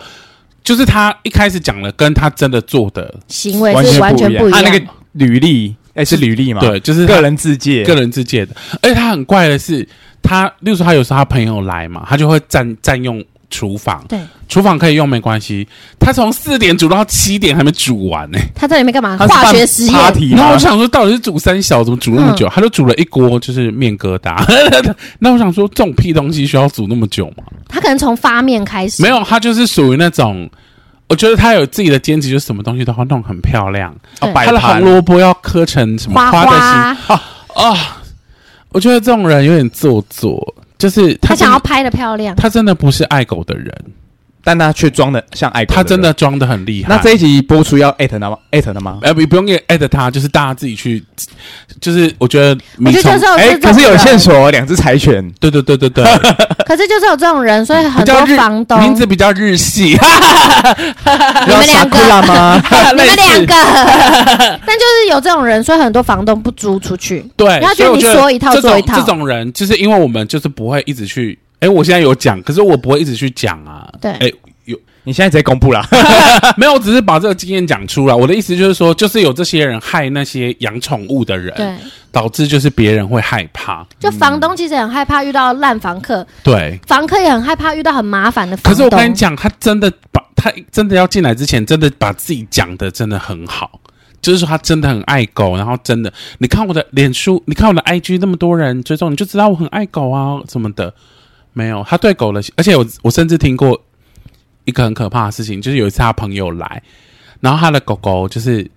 就是他一开始讲的跟他真的做的，行为是完全不一他样。啊啊那个履历，哎，是履历吗？，对，就是他个人自介，个人自介的。而且他很怪的是，他例如说他有时候他朋友来嘛，他就会占占用厨房，对，厨房可以用没关系。他从四点煮到七点还没煮完呢、他在里面干嘛？他是化办学实验。 party 然后吗我？想说，到底是煮三小，怎么煮那么嗯久？他就煮了一锅就是面疙瘩。 那我想说，这种屁东西需要煮那么久吗？他可能从发面开始。没有，他就是属于那种，我觉得他有自己的坚持，就是什么东西都要弄很漂亮。对哦摆他的红盘萝卜要刻成什么花花的形花，啊？我觉得这种人有点做作，就是他他真想的要拍的漂亮。他真的不是爱狗的人，但他却装的像爱狗他真人。的装的很厉害。那这一集播出要艾特他吗？艾特他吗？哎，不不用给艾特他，就是大家自己去，就是我觉得我米觉得虫就是，有哎，这种可是有人线，索哦，两只柴犬。对对对对对，可是就是有这种人，所以比很较多日房东，名字比较日 系，你们两个， Sakura 吗？ 你们两个，但就是有这种人，所以很多房东不租出 去。对，他觉所得以我你觉说一套这种做一套这种人就是因为我们就是不会一直去，哎，我现在有讲，可是我不会一直去讲啊。对哎，你现在直接公布了，没有，我只是把这个经验讲出来。我的意思就是说，就是有这些人害那些养宠物的人，对，导致就是别人会害怕。就嗯房东其实很害怕遇到烂房客，对，房客也很害怕遇到很麻烦的房可东。是我跟你讲，他真的把他真的要进来之前，真的把自己讲的真的很好。就是说他真的很爱狗，然后真的，你看我的脸书，你看我的 IG 那么多人追踪，你就知道我很爱狗啊什么的。没有，他对狗的，而且我我甚至听过一个很可怕的事情，就是有一次他朋友来，然后他的狗狗就是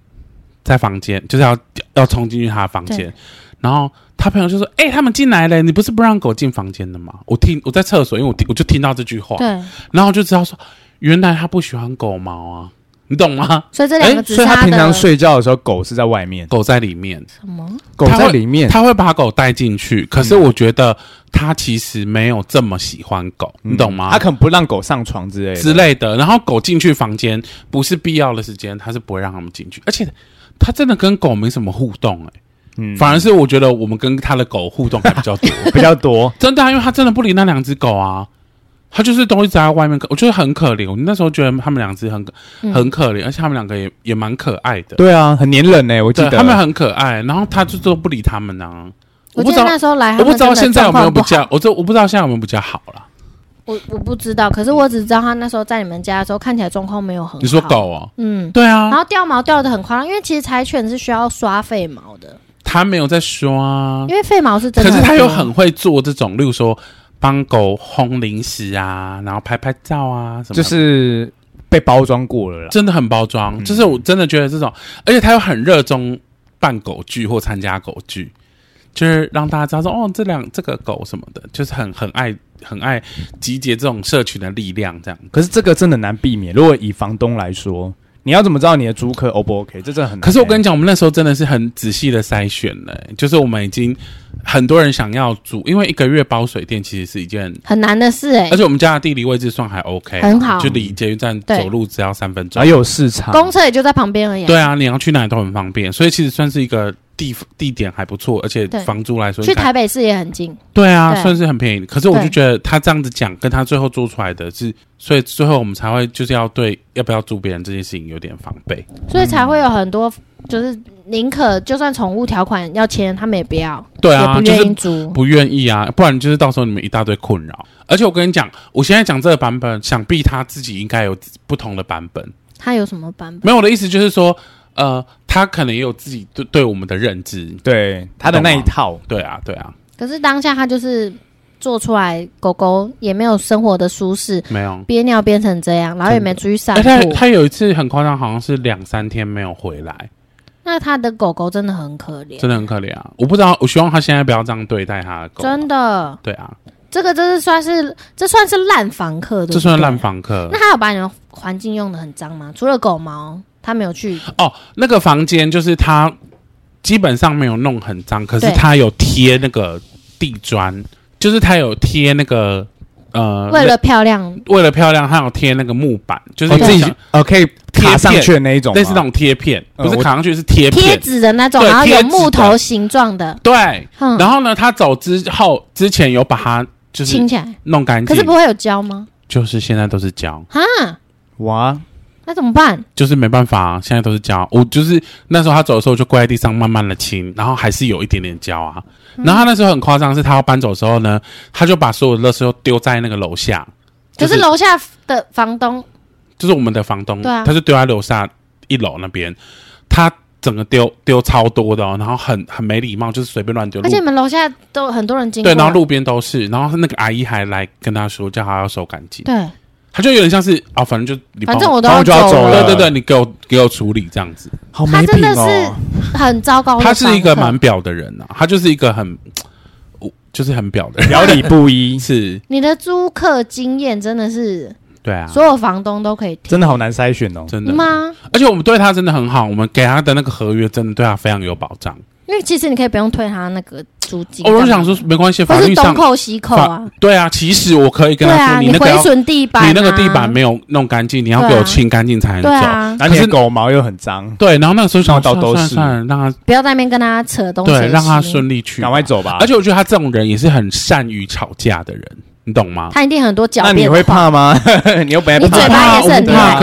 在房间，就是要要冲进去他的房间对，然后他朋友就说：“哎、他们进来了，你不是不让狗进房间的吗？”我听我在厕所，因为我听我就听到这句话，对，然后我就知道说，原来他不喜欢狗毛啊，你懂吗？所以这两哎个只所是以他平的常睡觉的时候，狗是在外面，狗在里面，什么？狗它在会里面。他会把狗带进去，可是我觉得他其实没有这么喜欢狗，你懂吗？他嗯啊可能不让狗上床之类的。之类的。然后狗进去房间不是必要的时间，他是不会让他们进去，而且他真的跟狗没什么互动、欸，嗯，反而是我觉得我们跟他的狗互动还比较多， 比较多。真的、啊，因为他真的不理那两只狗啊。他就是都一直在外面，我觉得很可怜。我那时候觉得他们两只很可嗯很可怜，而且他们两个也也蛮可爱的， 对啊，很黏人呢、我记对，得他们很可爱。然后他就都不理他们啊，我我不记知得道那时候来，我不知道现在有没有比不好较，我这我不知道现在有没有比较好了。我我不知道，可是我只知道他那时候在你们家的时候，看起来状况没有很好。你说？狗哦？嗯。对然啊，后掉毛掉的很夸张，因为其实柴犬是需要刷废毛的，他没有在刷，因为废毛是啊真可的。是他又很，会做这种，例如说帮狗烘零食啊，然后拍拍照啊什么的，就是被包装过了啦。真的很包装。嗯就是我真的觉得这种，而且他又很热衷办狗剧或参加狗剧，就是让大家知道说哦，这两这个狗什么的，就是很很爱很爱集结这种社群的力量，这样。可是这个真的难避免。如果以房东来说，你要怎么知道你的租客 O 不 OK？这真的很难欸。可是我跟你讲，我们那时候真的是很仔细的筛选了、就是我们已经很多人想要住，因为一个月包水电其实是一件，很难的事哎、而且我们家的地理位置算还 OK，啊很好就离捷运站对走路只要三分钟然。后又有市场，公车也就在旁边而已啊、啊对啊，你要去哪里都很方便，所以其实算是一个地地点还不错，而且对房租来说去应该台北市也很近。对啊，对算是很便宜。可是我就对觉得他这样子讲，跟他最后做出来的是，所以最后我们才会就是要对要不要住别人这件事情有点防备。所以嗯才会有很多，就是宁可就算宠物条款要签，他们也不要，对啊，也不就愿是意租。不愿意啊，不然就是到时候你们一大堆困扰。而且我跟你讲，我现在讲这个版本，想必他自己应该有不同的版本。它有什么版本？没有我的意思就是说，呃，他可能也有自己对对我们的认知。对他的那一套，对啊，对啊，可是当下它就是做出来，狗狗也没有生活的舒适，没有。憋尿憋成这样，然后也没出去散哎、他步。他有一次很夸张，好像是两三天没有回来，那它的狗狗真的很可怜，真的很可怜啊！我不知道，我希望他现在不要这样对待他的狗。真的，对啊，这个真是算是这算是烂房客，对不对这算烂。房客那它有把你的环境用的很脏吗？除了狗毛，它没有去。哦。那个房间就是他基本上没有弄很脏，可是对他有贴那个地砖，就是他有贴那个呃，为了漂亮，为了漂亮，他有贴那个木板，就是哦有自己像哦可以卡上去的那一种吗，类似那种贴片，嗯不是我卡上去是贴贴片。纸的那种，对然后贴有纸的木头形状的，对，嗯，然后呢，他走之后之前有把它就是清起来。弄干可净是，不会有胶吗？就是现在都是胶，哈，哇，那怎么办？就是没办法、啊，现在都是胶。我就是那时候他走的时候就跪在地上慢慢的清，然后还是有一点点胶啊。嗯然后他那时候很夸张，是他要搬走的时候呢，他就把所有的垃圾都丢在那个楼下，可就是是楼下的房东，就是我们的房东，对啊他就丢在楼下一楼那边，他整个丢丢超多的、哦，然后很很没礼貌，就是随便乱丢。而且你路们楼下都有很多人经过，对，然后路边都是，然后那个阿姨还来跟他说，叫他要收干净，对，他就有点像是啊，反正就你帮反正我都然后我要就要走对了对对，你给我给我处理这样子。好他没真品的哦。是很糟糕的他房客。是一个蛮表的人呐、啊他就是一个很，我就是很表的人，表里不一，是，你的租客经验真的是对啊，所有房东都可以 听真的好难筛选哦。真的。吗？而且我们对他真的很好，我们给他的那个合约真的对他非常有保障。因为其实你可以不用退他那个租金，哦我就想说，没关系，或法是律东上扣西扣啊，对啊，其实我可以跟对他说，啊，你那个回要损地板啊，你那个地板没有弄干净，你要给对我啊清干净才能对走。啊，然后你的狗毛又很脏，对，然后那个时候想到算都算是算了，让他不要在那边跟他扯东西，对让他顺利去，赶快。走吧。而且我觉得他这种人也是很善于吵架的人，你懂吗？他一定很多狡那辩的话。你会怕吗？ 你又不爱你嘴怕啊怕巴也是很我不怕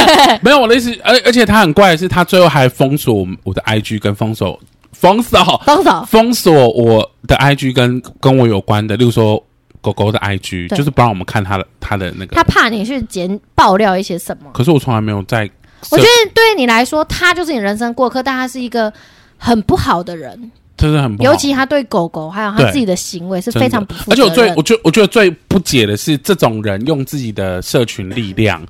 厉可是 没有我的意思，而而且他很怪的是，他最后还封锁我们我的 IG 跟封锁封锁动手，封锁我的 IG 跟跟我有关的，例如说狗狗的 IG，对就是不让我们看他的他的那个他。怕你去捡爆料一些什么。可是我从来没有在我觉得对你来说，他就是你人生过客，但他是一个很不好的人，真的很不好。尤其他对狗狗还有他对自己的行为是真的非常不负责而且我最任我觉得我觉得最不解的是，这种人用自己的社群力量，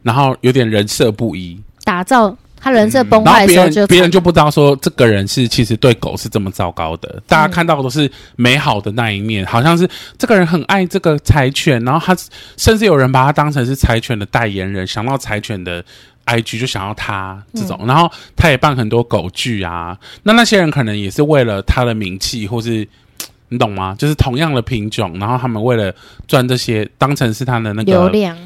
然后有点人设不一，打造他人设崩嗯然后坏的别时候就人别人惨就不知道说这个人是其实对狗是这么糟糕的，大家看到的都是美好的那一面，好像是这个人很爱这个柴犬，然后他甚至有人把他当成是柴犬的代言人，想到柴犬的。IG 就想要他这嗯种，然后他也办很多狗剧啊，那那些人可能也是为了他的名气，或是你懂吗？就是同样的品种，然后他们为了赚这些，当成是他的那流个量，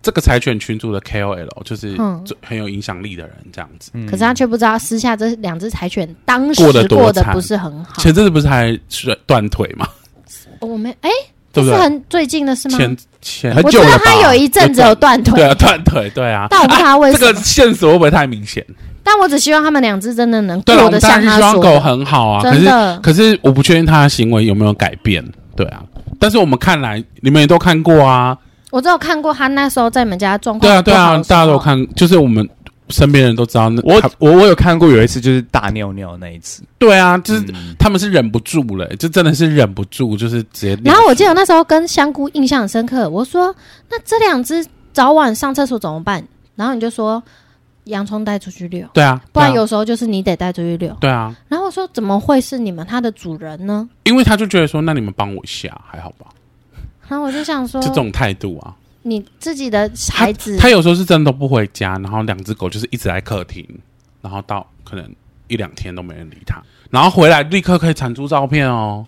这个柴犬群组的 KOL，就是嗯最很有影响力的人这样子。可是他却不知道私下这两只柴犬当时过得多过得惨不是很好。前阵子不是还是断腿吗？我们哎，对这不是对？很最近的是吗？前前很我知久道了吧他有一阵子有断对腿，啊，断腿，对啊。但我不知道他为这什个么。线索会不会太明显？但我只希望他们两只真的能对了，啊过我得们当像然是他希望说狗的，很好啊，可真是的。可是我不确定他的行为有没有改变，对啊。但是我们看来，你们也都看过啊，我只有看过他那时候在你们家状况对啊，不对好啊，的时候大家都。看，就是我们身边人都知道那，我他我我有看过有一次就是大尿尿的那一次，对啊，就是嗯他们是忍不住了、就真的是忍不住，就是直接。然后我记得我那时候跟香菇印象很深刻，我说那这两只早晚上厕所怎么办？然后你就说洋葱带出去遛，对啊，不然对啊有时候就是你得带出去遛。对啊，然后我说怎么会是你们它的主人呢？因为他就觉得说，那你们帮我一下，还好吧？然后我就想说就这种态度啊。你自己的嗯孩子他有时候是真的都不回家，然后两只狗就是一直在客厅，然后到可能一两天都没人理它，然后回来立刻可以产出照片哦。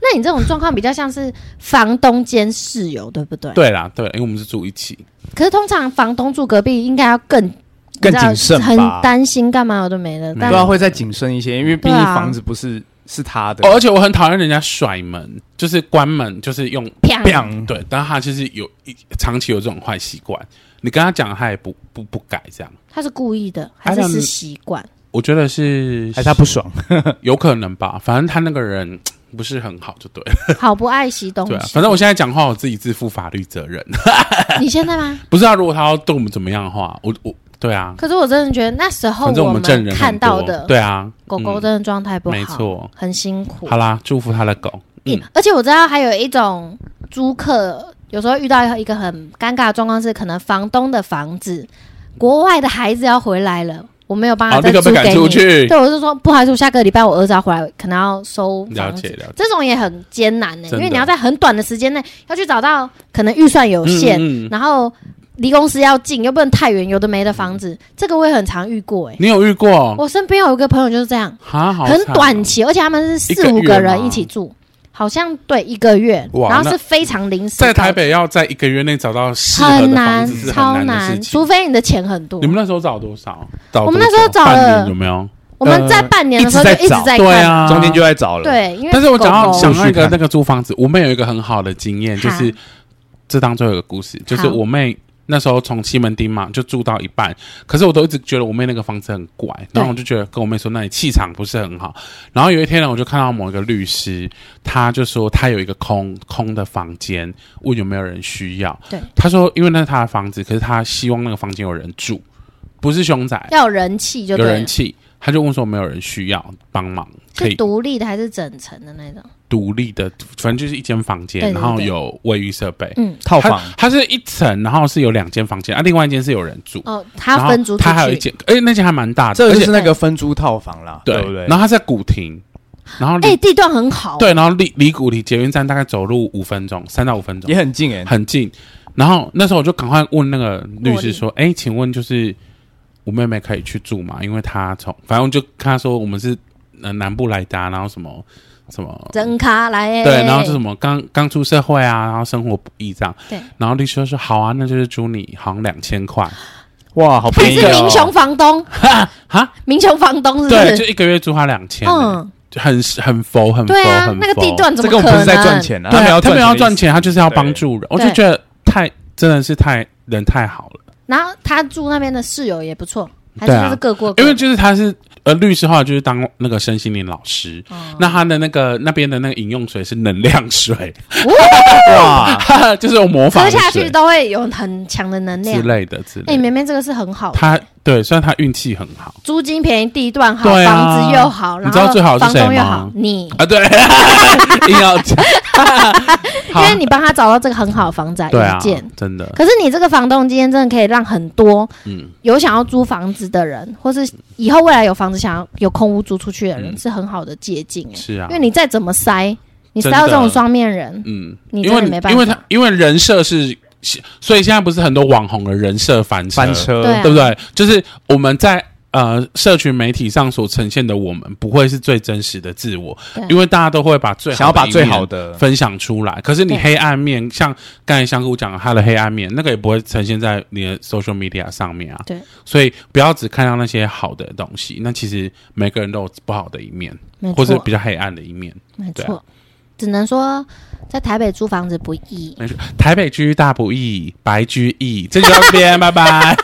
那你这种状况比较像是房东兼室友，对不对？。对啦，对，因为我们是住一起，可是通常房东住隔壁应该要更更你知道谨慎吧很担心干嘛有的没的。没对但有啊，会再谨慎一些，因为毕竟对啊房子不是是他的哦，，而且我很讨厌人家甩门，就是关门，就是用啪砰对，但他就是有一长期有这种坏习惯，你跟他讲他也不不不改这样。他是故意的还 I 是 don't- 是习惯？我觉得是还是他不爽，有可能吧，反正他那个人不是很好，就对了。好不爱惜东西。对啊，反正我现在讲话我自己自负法律责任。 你现在吗？不是啊，如果他要对我们怎么样的话，我我对啊，可是我真的觉得那时候反正我们证人很看到多的对啊，狗狗嗯真的状态不好，没错很辛苦。好嗯啦，祝福他的狗。嗯嗯，而且我知道还有一种租客，有时候遇到一个很尴尬的状况是，可能房东的房子，国外的孩子要回来了，我没有办好，法立再刻租被赶给出你。去。对，我是说，不好意思，我下个礼拜我儿子要回来，可能要收了房解子。了解，这种也很艰难呢、真的因为你要在很短的时间内要去找到可能预算有限，嗯嗯嗯然后离公司要近，又不能太远，有的没的房子，这个我也很常遇过哎、你有遇过？我身边有一个朋友就是这样，哈，好很惨哦短。期，而且他们是一个四月五个人吗一起住，好像对一个月，哇然后那是非常临时的，在台北要在一个月内找到适合很的房难子是，超很难的事情。嗯除非你的钱很多你。们那时候找多少？找我们多那时候久找半了年有没有？我们在半年的时候就呃一直在看，对啊，中间就在找了，，对因为但是我讲到狗狗想到一陆续个看那个租房子，我妹有一个很好的经验，就是好这当中有个故事，就是好我妹那时候从西门町嘛就住到一半，可是我都一直觉得我妹那个房子很怪，然后我就觉得跟我妹说那里气场不是很好，然后有一天呢，我就看到某一个律师，他就说他有一个空空的房间，问有没有人需要，对，他说因为那是他的房子，可是他希望那个房间有人住，不是凶宅，要有人气就有对了人，气，他就问说有没有人需要帮忙，可是以独立的还是整层的那种？独立的，反正就是一间房间，对对然后对有卫浴设备。嗯，套房啊它它是一层，然后是有两间房间，啊，另外一间是有人住，哦，他然后要分租出它还有一去。间，而且那间还蛮大的，这而就且是那个分租套房啦，对对不对？然后它在古亭，然后离、哎、地段很好，对，然后离离古亭捷运站大概走路五分钟，三到五分钟也，很近哎，很近。然后那时候我就赶快问那个律师哦说：“哎，请问就是我妹妹可以去住吗？因为她从反正我就跟她说我们是呃南部来的啊，然后什么什么真咖来、欸。对，然后是什么刚刚出社会啊，然后生活不易这样。对，然后律师就说好啊，那就是租你好像两千 块，哇，好还便宜是哦民雄房东，哈，民雄房东是不？对，就是一个月租他两千、嗯，嗯，就很很佛很佛对啊很，那个佛地，段怎这么个可我能？们不是在赚钱啊，对们啊，要他们要赚钱钱，他就是要帮助人，我就对觉得太真的是太人太好了，然后他住那边的室友也不错，还对是啊就是各过各因的，为就是他是而律师后来就是当那个身心灵老师。哦那他的那个那边的那个饮用水是能量水，哇，就是有魔法喝的下去水都会有很强的能量之。类的之哎、类的。绵绵这个是很好的，他对，虽然他运气很好租金便宜，地段好，对啊房子又好，你然知道后最好是房谁东又吗好，你，啊，对， 硬要讲， 因好为你帮他找到这个很好的房子啊对啊一件。，真的，可是你这个房东今天真的可以让很多嗯，有想要租房子的人，或是以后未来有房子想要有空屋租出去的人，嗯是很好的借鉴、欸。是啊因，为你再怎么塞，你塞真到的这种双面人，嗯，你因真为的没办因法。为他因为人设是，所以现在不是很多网红的人设翻车，翻车，对啊对不对？就是我们在呃社群媒体上所呈现的我们，不会是最真实的自我对，因为大家都会把最好的想要把一面最好的分享出来。可是你对黑暗面，像刚才香菇讲的他的黑暗面，那个也不会呈现在你的 social media 上面啊。对，所以不要只看到那些好的东西，那其实每个人都有不好的一面，没或者错比，较黑暗的一面。没对啊错，只能说在台北租房子不易。没错，台北居大不易，白居易，这就到这边，拜拜。